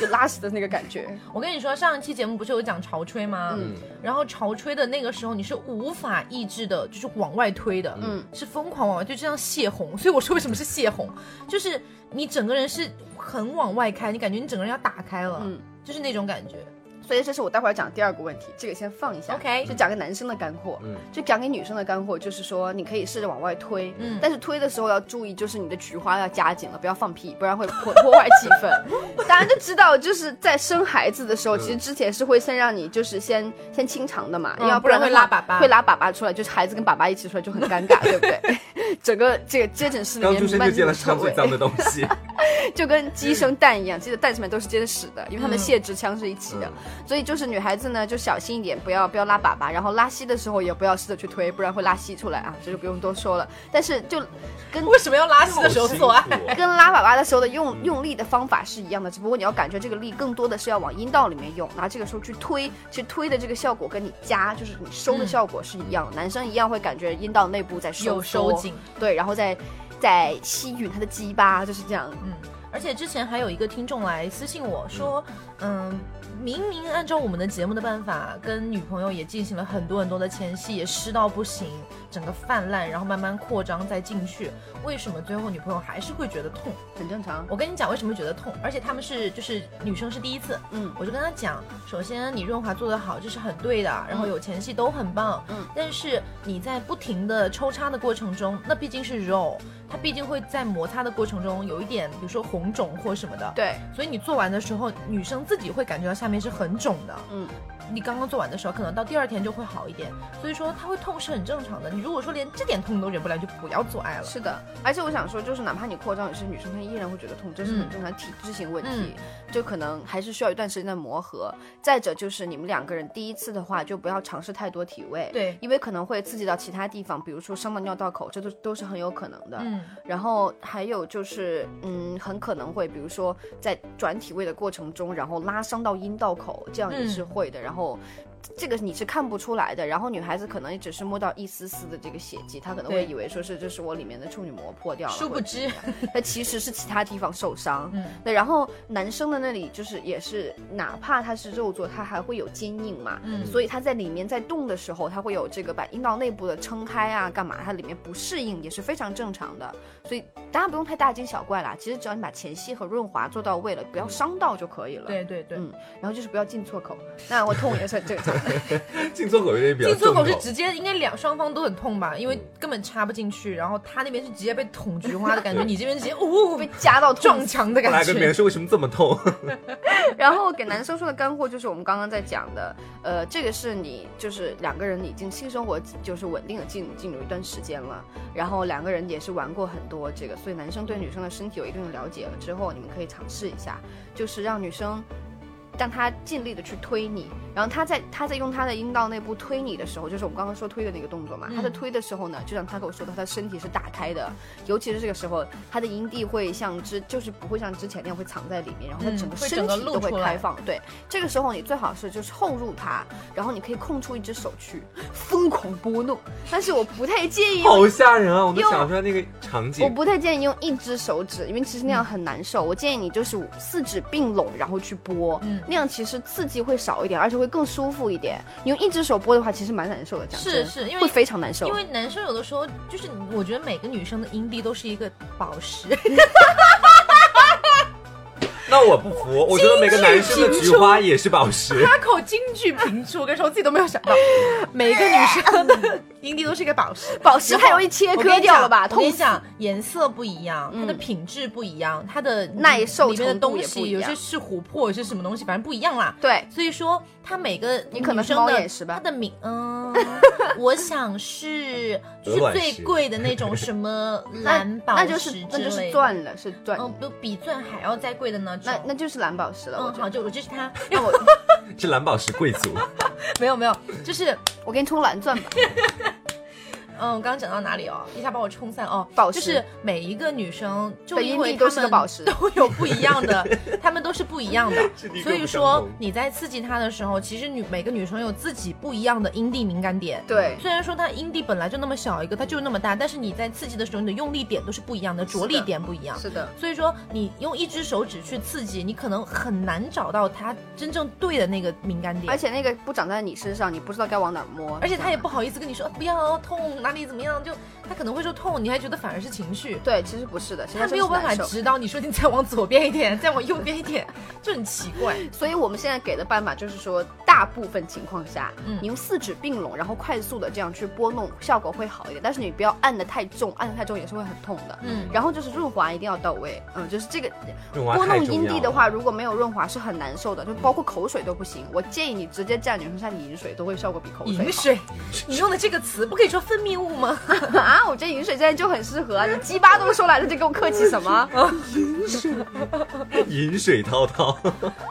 Speaker 3: 就拉屎的那个感觉。
Speaker 4: 我跟你说，上一期节目不是有讲潮吹吗？
Speaker 2: 嗯
Speaker 4: 然后潮吹的那个时候，你是无法抑制的，就是往外推的，
Speaker 3: 嗯
Speaker 4: 是疯狂往外，就这样泄洪。所以我说为什么是泄洪，就是你整个人是很往外开，你感觉你整个人要打开了，
Speaker 3: 嗯，
Speaker 4: 就是那种感觉。
Speaker 3: 所以这是我待会儿讲第二个问题，这个先放一下。
Speaker 4: OK
Speaker 3: 就讲个男生的干货。
Speaker 2: 嗯，
Speaker 3: 就讲给女生的干货，就是说你可以试着往外推，
Speaker 4: 嗯
Speaker 3: 但是推的时候要注意，就是你的菊花要加紧了，不要放屁，不然会破破坏气
Speaker 4: (laughs)
Speaker 3: 氛。大家就知道，就是在生孩子的时候，
Speaker 2: 嗯
Speaker 3: 其实之前是会先让你就是先先清肠的嘛，
Speaker 4: 嗯
Speaker 3: 要
Speaker 4: 不然
Speaker 3: 的
Speaker 4: 会
Speaker 3: 话
Speaker 4: 拉粑粑
Speaker 3: 会拉粑粑出来，就是孩子跟粑粑一起出来就很尴尬，对不对？ (laughs) 整个这个接诊室里
Speaker 2: 刚
Speaker 3: 面
Speaker 2: 出
Speaker 3: 弥
Speaker 2: 生
Speaker 3: 漫
Speaker 2: 就
Speaker 3: 着
Speaker 2: 见了世
Speaker 3: 臭
Speaker 2: 上最
Speaker 3: 味，
Speaker 2: 脏的东
Speaker 3: (laughs)
Speaker 2: 西，
Speaker 3: 就跟鸡生蛋一样，鸡的蛋上面都是接屎的，因为它们泄殖腔是一起的。
Speaker 2: 嗯
Speaker 3: 所以就是女孩子呢，就小心一点，不要不要拉粑粑，然后拉稀的时候也不要试着去推，不然会拉稀出来啊，这就不用多说了。但是就跟
Speaker 4: (laughs) 为什么要拉稀的时候
Speaker 2: 好辛苦
Speaker 4: 做爱？
Speaker 2: 哦。
Speaker 3: 跟拉粑粑的时候的用
Speaker 2: 嗯
Speaker 3: 用力的方法是一样的，只不过你要感觉这个力更多的是要往阴道里面用，然后这个时候去推，其实推的这个效果跟你夹就是你收的
Speaker 4: 嗯
Speaker 3: 效果是一样的，男生一样会感觉阴道内部在收
Speaker 4: 有收
Speaker 3: 缩
Speaker 4: 紧，
Speaker 3: 对，然后再再吸吮他的鸡巴，就是这样。
Speaker 4: 嗯，而且之前还有一个听众来私信我说，嗯，明明按照我们的节目的办法，跟女朋友也进行了很多很多的前戏，也湿到不行，整个泛滥，然后慢慢扩张再进去，为什么最后女朋友还是会觉得痛？
Speaker 3: 很正常。
Speaker 4: 我跟你讲为什么觉得痛，而且他们是就是女生是第一次，
Speaker 3: 嗯
Speaker 4: 我就跟她讲，首先你润滑做得好，这是很对的，然后有前戏都很棒，
Speaker 3: 嗯
Speaker 4: 但是你在不停的抽插的过程中，那毕竟是肉，它毕竟会在摩擦的过程中有一点，比如说红肿或什么的，，
Speaker 3: 对，
Speaker 4: 所以你做完的时候，女生自己会感觉到下面是很肿的，
Speaker 3: 嗯，
Speaker 4: 你刚刚做完的时候，可能到第二天就会好一点，所以说它会痛是很正常的，你如果说连这点痛都忍不了，你就不要做爱了，
Speaker 3: 是的，而且我想说，就是哪怕你扩张，也是女生她依然会觉得痛，这是很
Speaker 4: 嗯
Speaker 3: 正常体质性问题，就可能还是需要一段时间的磨合。再者就是你们两个人第一次的话，就不要尝试太多体位，
Speaker 4: 对
Speaker 3: 因为可能会刺激到其他地方，比如说伤到尿道口，这都都是很有可能的。
Speaker 4: 嗯，
Speaker 3: 然后还有就是，嗯，很可能会，比如说在转体位的过程中，然后拉伤到阴道口，这样也
Speaker 4: 嗯
Speaker 3: 是会的。然后这个你是看不出来的。然后女孩子可能也只是摸到一丝丝的这个血迹，她可能会
Speaker 4: 对
Speaker 3: 以为说是这是我里面的处女膜破掉了，
Speaker 4: 殊不知，
Speaker 3: 那其实是其他地方受伤。
Speaker 4: 嗯。
Speaker 3: 对，然后男生的那里就是也是，哪怕它是肉做，它还会有坚硬嘛，
Speaker 4: 嗯
Speaker 3: 所以它在里面在动的时候，它会有这个把阴道内部的撑开啊，干嘛，它里面不适应也是非常正常的，所以大家不用太大惊小怪啦，其实只要你把前戏和润滑做到位了，不要伤到就可以了。。
Speaker 4: 对对对，
Speaker 3: 嗯，然后就是不要进错口，那我痛也是很正常。
Speaker 2: 进错口有点比较
Speaker 4: 进错口
Speaker 2: 重
Speaker 4: 是
Speaker 2: 要
Speaker 4: 直接应该两双方都很痛吧，因为
Speaker 2: 嗯
Speaker 4: 根本插不进去，然后他那边是直接被捅菊花的感觉，
Speaker 2: 对
Speaker 4: 你这边直接呜、
Speaker 3: 被
Speaker 4: 被
Speaker 3: 夹到
Speaker 4: (laughs)
Speaker 3: 痛
Speaker 4: 撞墙的
Speaker 2: 后来
Speaker 4: 感
Speaker 2: 跟别人
Speaker 4: 觉。
Speaker 2: 说为什么这么痛，
Speaker 3: 然后给男生说的干货就是我们刚刚在讲的，呃，这个是你就是两个人已经性生活就是稳定的进进入一段时间了，然后两个人也是玩过很多这个，所以男生对女生的身体有一定的了解了之后，你们可以尝试一下，就是让女生。让她尽力的去推你，然后她在她在用她的阴道内部推你的时候，就是我们刚刚说推的那个动作嘛。她在
Speaker 4: 嗯
Speaker 3: 推的时候呢，就像她跟我说的，她的身体是打开的，尤其是这个时候，她的阴蒂会像之就是不会像之前那样会藏在里面，然后她
Speaker 4: 嗯
Speaker 3: 整个
Speaker 4: 会
Speaker 3: 身
Speaker 4: 整个
Speaker 3: 体
Speaker 4: 露
Speaker 3: 都会
Speaker 4: 出来
Speaker 3: 开放。对，这个时候你最好是就是后入她，然后你可以空出一只手去疯狂拨弄，但是我不太建议用
Speaker 2: 好吓人啊！我都想出来那个场
Speaker 3: 我
Speaker 2: 景，
Speaker 3: 不太建议用一只手指，因为其实那样很难受。我建议你就是四指并拢，然后去拨，
Speaker 4: 嗯
Speaker 3: 那样其实刺激会少一点，而且会更舒服一点。你用一只手拨的话，其实蛮难受的，讲
Speaker 4: 是
Speaker 3: 真
Speaker 4: 是因为
Speaker 3: 会非常难受
Speaker 4: 因。为男生有的时候就是，我觉得每个女生的阴蒂都是一个宝石， (laughs)
Speaker 2: 那我不服，我觉得每个男生的菊花也是宝石。
Speaker 4: 他口金句频出，我跟你说，我自己都没有想到，每一个女生的阴蒂都是一个宝石。
Speaker 3: 宝石太容易切
Speaker 4: 我跟
Speaker 3: 割
Speaker 4: 你
Speaker 3: 掉了
Speaker 4: 讲，
Speaker 3: 吧？
Speaker 4: 我跟
Speaker 3: 痛
Speaker 4: 你
Speaker 3: 死
Speaker 4: 讲，颜色不一样，它的
Speaker 3: 嗯
Speaker 4: 品质不一样，它的
Speaker 3: 耐受
Speaker 4: 里面的
Speaker 3: 程度
Speaker 4: 东
Speaker 3: 也不
Speaker 4: 西，
Speaker 3: 一
Speaker 4: 有
Speaker 3: 样
Speaker 4: 些是琥珀，有些什么东西，反正不一样啦。
Speaker 3: 对，
Speaker 4: 所以说，他每个
Speaker 3: 你可能是
Speaker 4: 女生
Speaker 3: 猫
Speaker 4: 的
Speaker 3: 眼石吧
Speaker 4: 他的名，嗯，
Speaker 3: (laughs)
Speaker 4: 我想是就
Speaker 2: 鹅
Speaker 4: 是
Speaker 2: 卵
Speaker 4: 最
Speaker 2: 石
Speaker 4: 贵的那种什么
Speaker 3: 那
Speaker 4: 嗯蓝宝
Speaker 3: 那就
Speaker 4: 石
Speaker 3: 是
Speaker 4: 之
Speaker 3: 那就
Speaker 4: 类
Speaker 3: 是
Speaker 4: 的，
Speaker 3: 钻了，是钻。
Speaker 4: 嗯，不比钻还要再贵的那种。
Speaker 3: 那那就是蓝宝石了，我
Speaker 4: 嗯，
Speaker 3: 觉得
Speaker 4: 好，。就我就是 (laughs) 它，
Speaker 3: 那我 (laughs)
Speaker 2: 是蓝宝石贵族，
Speaker 4: 没有没有，就是 (laughs)
Speaker 3: 我给你充蓝钻吧。
Speaker 4: 嗯，我刚刚讲到哪里哦？一下把我冲散哦。
Speaker 3: 宝
Speaker 4: 就
Speaker 3: 石
Speaker 4: 是每一个女生，就
Speaker 3: 的
Speaker 4: 因
Speaker 3: 阴
Speaker 4: 为
Speaker 3: 蒂
Speaker 4: 她
Speaker 3: 都是
Speaker 4: 们
Speaker 3: 个宝石
Speaker 4: 都有不一样
Speaker 3: (laughs)
Speaker 4: 的，她们都是不一样的
Speaker 2: 是的。
Speaker 4: 所
Speaker 2: 各
Speaker 4: 以
Speaker 2: 不相
Speaker 4: 说
Speaker 2: 同
Speaker 4: 你在刺激她的时候，其实女每个女生有自己不一样的阴蒂敏感点。
Speaker 3: 对
Speaker 4: 虽然说它阴蒂本来就那么小一个，它就那么大，但是你在刺激的时候，你的用力点都是不一样的，着
Speaker 3: 是的
Speaker 4: 力点不一样。
Speaker 3: 是的，
Speaker 4: 所以说，你用一只手指去刺激，你可能很难找到它真正对的那个敏感点。
Speaker 3: 而且那个不长在你身上，你不知道该往哪儿摸，
Speaker 4: 嗯而且他也不好意思跟你说、啊不要痛哪里怎么样，就他可能会说痛，你还觉得反而是情绪，
Speaker 3: 对，其实不是的，其实
Speaker 4: 他没有办法
Speaker 3: 难受
Speaker 4: 指导你说你再往左边一点，再往右边一点，就很奇怪。
Speaker 3: 所以我们现在给的办法就是说，大部分情况下，
Speaker 4: 嗯
Speaker 3: 你用四指并拢，然后快速的这样去拨弄，效果会好一点。但是你不要按的太重，按的太重也是会很痛的。
Speaker 4: 嗯，
Speaker 3: 然后就是润滑一定要到位，嗯，就是这个
Speaker 2: 润滑
Speaker 3: 拨
Speaker 2: 太
Speaker 3: 弄
Speaker 2: 重
Speaker 3: 阴
Speaker 2: 要
Speaker 3: 蒂的
Speaker 2: 了 (laughs)
Speaker 3: 话，，如果没有润滑是很难受的，就包括口水都不行。我建议你直接蘸女生下的饮水，都会效果比口水好。
Speaker 4: 饮水，你用的这个词不可以说分泌物吗？
Speaker 3: (laughs) 啊，我觉得饮水现在就很适合啊！你鸡巴都说来了，就跟我客气什
Speaker 4: (laughs)
Speaker 3: 么？
Speaker 2: 饮水滔滔。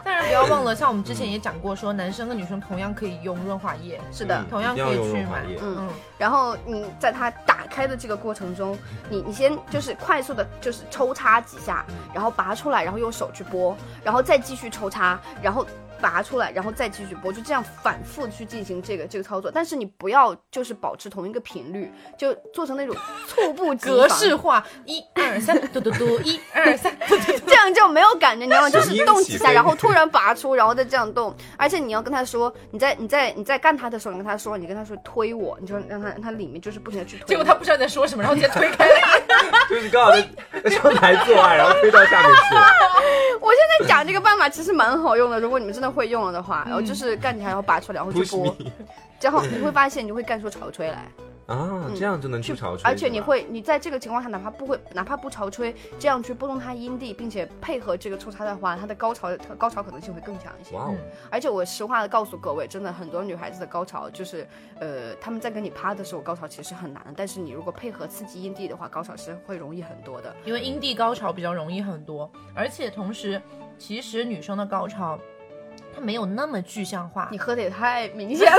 Speaker 4: 当然不要忘了，像我们之前也讲过说，男生跟女生同样可以用润滑液，
Speaker 3: 是的
Speaker 2: 嗯，
Speaker 4: 同样
Speaker 2: 一定
Speaker 4: 可
Speaker 2: 要
Speaker 4: 以
Speaker 2: 用
Speaker 4: 去
Speaker 2: 润滑
Speaker 4: 买
Speaker 2: 液。
Speaker 3: 嗯
Speaker 4: 嗯，
Speaker 3: 然后你在它打开的这个过程中，你你先就是快速的，就是抽插几下，然后拔出来，然后用手去拨，然后再继续抽插，然后拔出来，然后再继续拨，就这样反复去进行这个这个操作。但是你不要就是保持同一个频率，就做成那种猝不及
Speaker 4: 格
Speaker 3: 防
Speaker 4: 式化，一二三，嘟嘟嘟，一二三，嘟嘟嘟。
Speaker 3: 这样就没有感觉，你知道吗？就是动几
Speaker 2: 起
Speaker 3: 下，
Speaker 2: 飞
Speaker 3: 然后突然拔出，然后再这样动。而且你要跟他说，你在你在你在干他的时候，你跟他说，你跟他说推我，你就让他让他里面就是不停的去推。
Speaker 4: 结果他不知道你在说什么，然后直接推开了。
Speaker 2: 就是你刚好在上台做爱，然后飞到下面
Speaker 3: (laughs)
Speaker 2: 去了。
Speaker 3: 我现在讲这个办法其实蛮好用的，如果你们真的会用了的话， (laughs) 然后就是干你还要拔出来，然后去
Speaker 2: Push
Speaker 3: 拨，
Speaker 2: me
Speaker 3: 然后你会发现你会干出潮吹 (laughs) 来，
Speaker 2: 啊，这样就能出潮吹。
Speaker 3: 嗯而且你
Speaker 2: 是吧
Speaker 3: 会你在这个情况下，哪怕不会，哪怕不潮吹，这样去拨动他阴蒂，并且配合这个抽插的话，他的高潮高潮可能性会更强一些。
Speaker 2: 哇哦，
Speaker 3: 而且我实话的告诉各位，真的很多女孩子的高潮就是，呃，她们在跟你趴的时候高潮其实很难，但是你如果配合刺激阴蒂的话，高潮是会容易很多的。
Speaker 4: 因为阴蒂高潮比较容易很多，而且同时，其实女生的高潮它没有那么具象化
Speaker 3: 你，喝的也太
Speaker 4: (laughs)
Speaker 3: 明显了，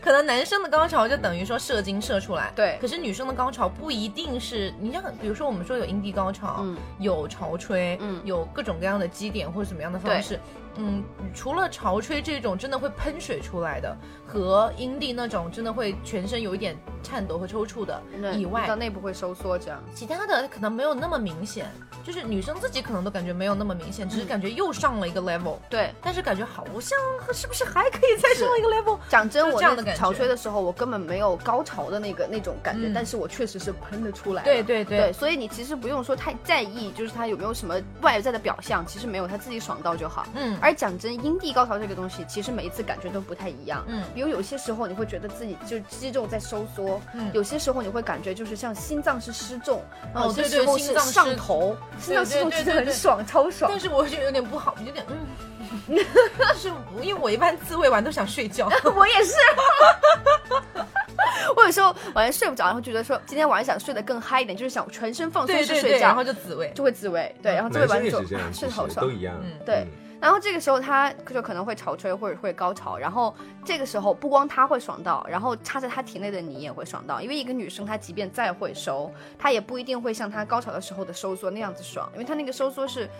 Speaker 4: 可能男生的高潮就等于说射精射出来，
Speaker 3: 对
Speaker 4: 可是女生的高潮不一定是，你像比如说我们说有阴蒂高潮，
Speaker 3: 嗯
Speaker 4: 有潮吹，
Speaker 3: 嗯
Speaker 4: 有各种各样的基点或者怎么样的方式，嗯，除了潮吹这种真的会喷水出来的，和阴蒂那种真的会全身有一点颤抖和抽搐的以外
Speaker 3: 到，内部会收缩这样。
Speaker 4: 其他的可能没有那么明显，就是女生自己可能都感觉没有那么明显，
Speaker 3: 嗯
Speaker 4: 只是感觉又上了一个 level，
Speaker 3: 对，
Speaker 4: 但是感觉好像是不是还可以再上一个 level？
Speaker 3: 讲真，
Speaker 4: 就
Speaker 3: 我
Speaker 4: 这样
Speaker 3: 那
Speaker 4: 的感觉
Speaker 3: 潮吹的时候，我根本没有高潮的那个那种感觉，
Speaker 4: 嗯
Speaker 3: 但是我确实是喷得出来的。
Speaker 4: 对对对，
Speaker 3: 对，所以你其实不用说太在意，就是他有没有什么外在的表象，其实没有，他自己爽到就好。
Speaker 4: 嗯，
Speaker 3: 而讲真，阴蒂高潮这个东西，其实每一次感觉都不太一样。
Speaker 4: 嗯
Speaker 3: 比如有些时候你会觉得自己就肌肉在收缩，
Speaker 4: 嗯
Speaker 3: 有些时候你会感觉就是像心脏是失重，呃
Speaker 4: 哦
Speaker 3: 有些
Speaker 4: 对对
Speaker 3: 时候
Speaker 4: 心
Speaker 3: 是
Speaker 4: 脏失
Speaker 3: 上头，心脏失重
Speaker 4: 对
Speaker 3: 其实
Speaker 4: 对对
Speaker 3: 很
Speaker 4: 对
Speaker 3: 爽，超爽。
Speaker 4: 但是我觉得有点不好，有点嗯， (laughs) 就是因为我一般自慰完都想睡 (laughs) 觉，
Speaker 3: 我也是，
Speaker 4: (laughs)
Speaker 3: 我有时候晚上睡不着，然后觉得说今天晚上想睡得更嗨一点，就是想全身放松
Speaker 4: 对
Speaker 3: 去
Speaker 4: 对
Speaker 3: 睡
Speaker 4: 对，
Speaker 3: 觉，
Speaker 4: 然后就自慰，
Speaker 3: 就会自慰，对，然后自慰
Speaker 2: 男生
Speaker 3: 完
Speaker 2: 也
Speaker 3: 之后
Speaker 2: 是这样，其
Speaker 3: 睡得好
Speaker 2: 实
Speaker 3: 爽
Speaker 2: 都。一样
Speaker 4: 嗯。
Speaker 3: 对然后这个时候他就可能会潮吹或者会高潮，然后这个时候不光他会爽到，然后插在他体内的你也会爽到，因为一个女生她即便再会收，她也不一定会像她高潮的时候的收缩那样子爽，因为她那个收缩是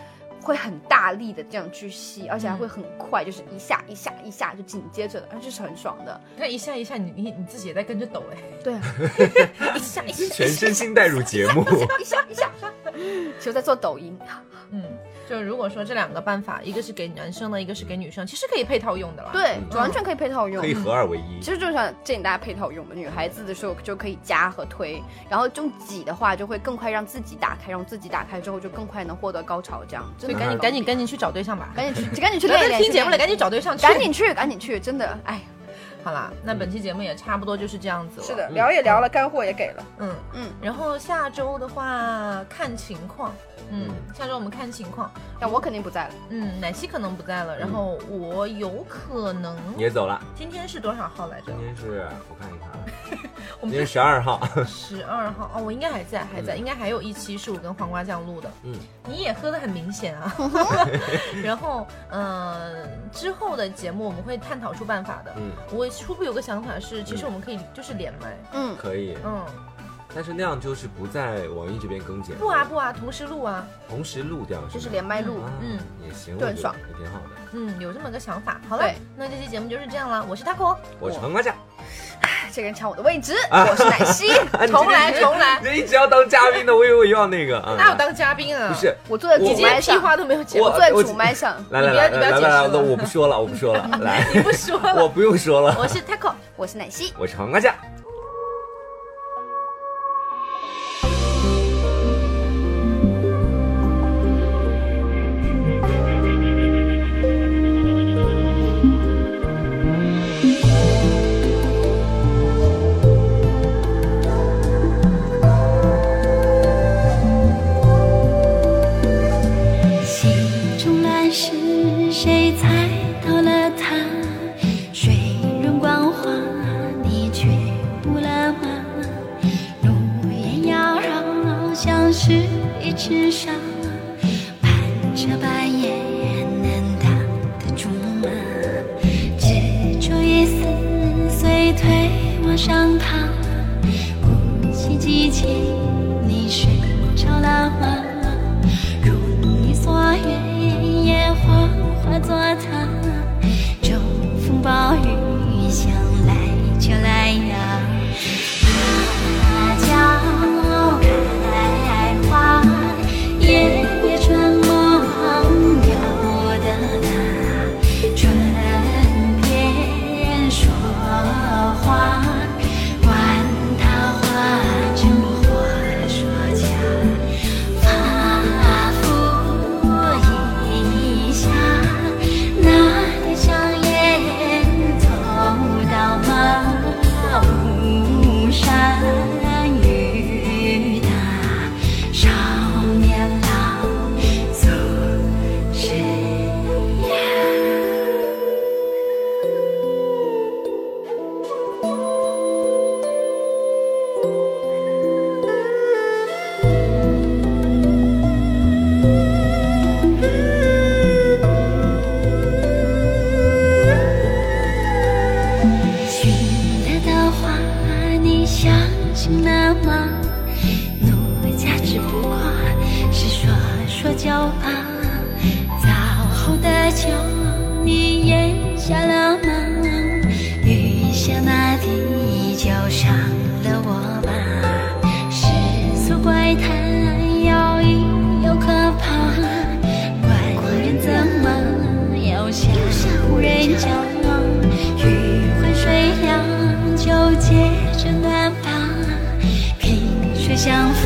Speaker 3: 会很大力的这样去吸，而且还会很快，就是一下一下一下就紧接着的，而且是很爽的。
Speaker 4: 你看一下一下，你你你自己也在跟着抖
Speaker 3: 对啊，
Speaker 4: 哎，一下一
Speaker 2: 嗯，
Speaker 4: 下，
Speaker 2: 全身心带入节
Speaker 4: (laughs)
Speaker 2: 目，
Speaker 3: 一下一下，就在做抖音，
Speaker 4: 嗯，就如果说这两个办法，一个是给男生的，一个是给女生，其实可以配套用的啦。
Speaker 3: 对，完全可以配
Speaker 2: (laughs)
Speaker 3: 套用，
Speaker 2: 可以合二为一
Speaker 3: 其。实就是想建议大家配套用的，女孩子的时候就可以加和推，然后用挤的话就会更快让自己打开，然后自己打开之后就更快能获得高潮，这样真
Speaker 4: 所以
Speaker 3: 的
Speaker 4: 赶紧
Speaker 3: 很
Speaker 4: 赶紧
Speaker 3: 方便
Speaker 4: 赶紧去找对象吧。
Speaker 3: 赶紧去赶紧去
Speaker 4: 不要
Speaker 3: 练一
Speaker 4: 再
Speaker 3: 练，
Speaker 4: 听节目了，
Speaker 3: 去
Speaker 4: 赶紧找对象去。
Speaker 3: 练一练赶紧去赶紧去，真的，哎，
Speaker 4: 好啦，那本期节目也差不多就是这样子了。，
Speaker 3: (laughs) 的，聊也聊了，干货也给了，
Speaker 4: 嗯
Speaker 3: 嗯
Speaker 4: 嗯。然后下周的话看情况，嗯，下周我们看情况，
Speaker 3: 但我肯定不在了，
Speaker 4: 嗯，奶昔可能不在了，然后我有可能
Speaker 2: 嗯你也走了，
Speaker 4: 今天是多少号来着
Speaker 2: 今？天是我看一看啊，
Speaker 4: 我
Speaker 2: 嗯今
Speaker 4: 们
Speaker 2: 天十二号，
Speaker 4: 十二号哦，我应该还在，还在，应该还有一期是我跟黄瓜酱录的。
Speaker 2: 嗯，
Speaker 4: 你也喝的很明
Speaker 2: (laughs)
Speaker 4: 显啊。呃然后，嗯、之后的节目我们会探讨出办法的。
Speaker 2: 嗯
Speaker 4: 我初步有个想法是，其实我们可以就是连麦，
Speaker 3: 嗯，
Speaker 2: 可以，
Speaker 4: 嗯，
Speaker 2: 但是那样就是不在网易这边更节目，
Speaker 4: 不啊，不啊，同时录啊，
Speaker 2: 同时录掉
Speaker 3: 就是
Speaker 2: 吗
Speaker 3: 连麦录。
Speaker 2: 啊
Speaker 4: 嗯
Speaker 2: 也行，
Speaker 3: 就
Speaker 2: 我
Speaker 3: 很
Speaker 2: 觉
Speaker 3: 爽
Speaker 2: 得也挺好的。
Speaker 4: 嗯，有这么个想法。好了
Speaker 3: 对，
Speaker 4: 那这期节目就是这样了，我是 Taco，
Speaker 2: 我是黄瓜酱，
Speaker 3: 这个人抢我的位置，我是奶昔，
Speaker 2: 哎
Speaker 4: 重来重来，
Speaker 2: 你一直要当嘉宾的，我以为要那个啊，
Speaker 4: 那我当嘉宾啊，
Speaker 2: 不是，
Speaker 3: 我坐在
Speaker 4: 你
Speaker 3: 主
Speaker 4: 今
Speaker 3: 麦
Speaker 4: 天屁
Speaker 3: 上，
Speaker 4: 话都没有讲，
Speaker 2: 我
Speaker 3: 我坐在主麦上，
Speaker 2: 来
Speaker 4: 你
Speaker 2: 来
Speaker 4: 不要
Speaker 2: 来
Speaker 4: 你
Speaker 2: 来来
Speaker 4: 不要解释
Speaker 2: 来，
Speaker 4: 了
Speaker 2: 来我不说了，我不
Speaker 4: (laughs)
Speaker 2: 说了，来，(laughs)
Speaker 4: (laughs) 你不说了，
Speaker 2: 我不用说了，
Speaker 4: 我是 Taco。
Speaker 3: 我是奶昔。
Speaker 2: 我是黄瓜酱。
Speaker 5: 心中暗示谁猜到了它？水润光滑，你却误了吗？怒焰妖娆，像是一只鲨，攀着白眼难打的竹马，只求一丝随退往上爬。呼吸激起，你睡着了吗？如你所愿，野花化作她，骤风暴雨，想来就来呀。芭蕉开花，夜夜春梦撩的她，唇边说话，管它花真花说假。发肤一下，哪里香烟走到马路山雨打，少年郎总是呀。绚烂的花，你相信了吗？奴家只不过是说说就罢。早后的酒，你咽下了吗？雨下马蹄就伤了我吧。世俗怪谈有一有可怕，怪人怎么要下无人家？余欢水凉，就借着暖吧，萍水相逢。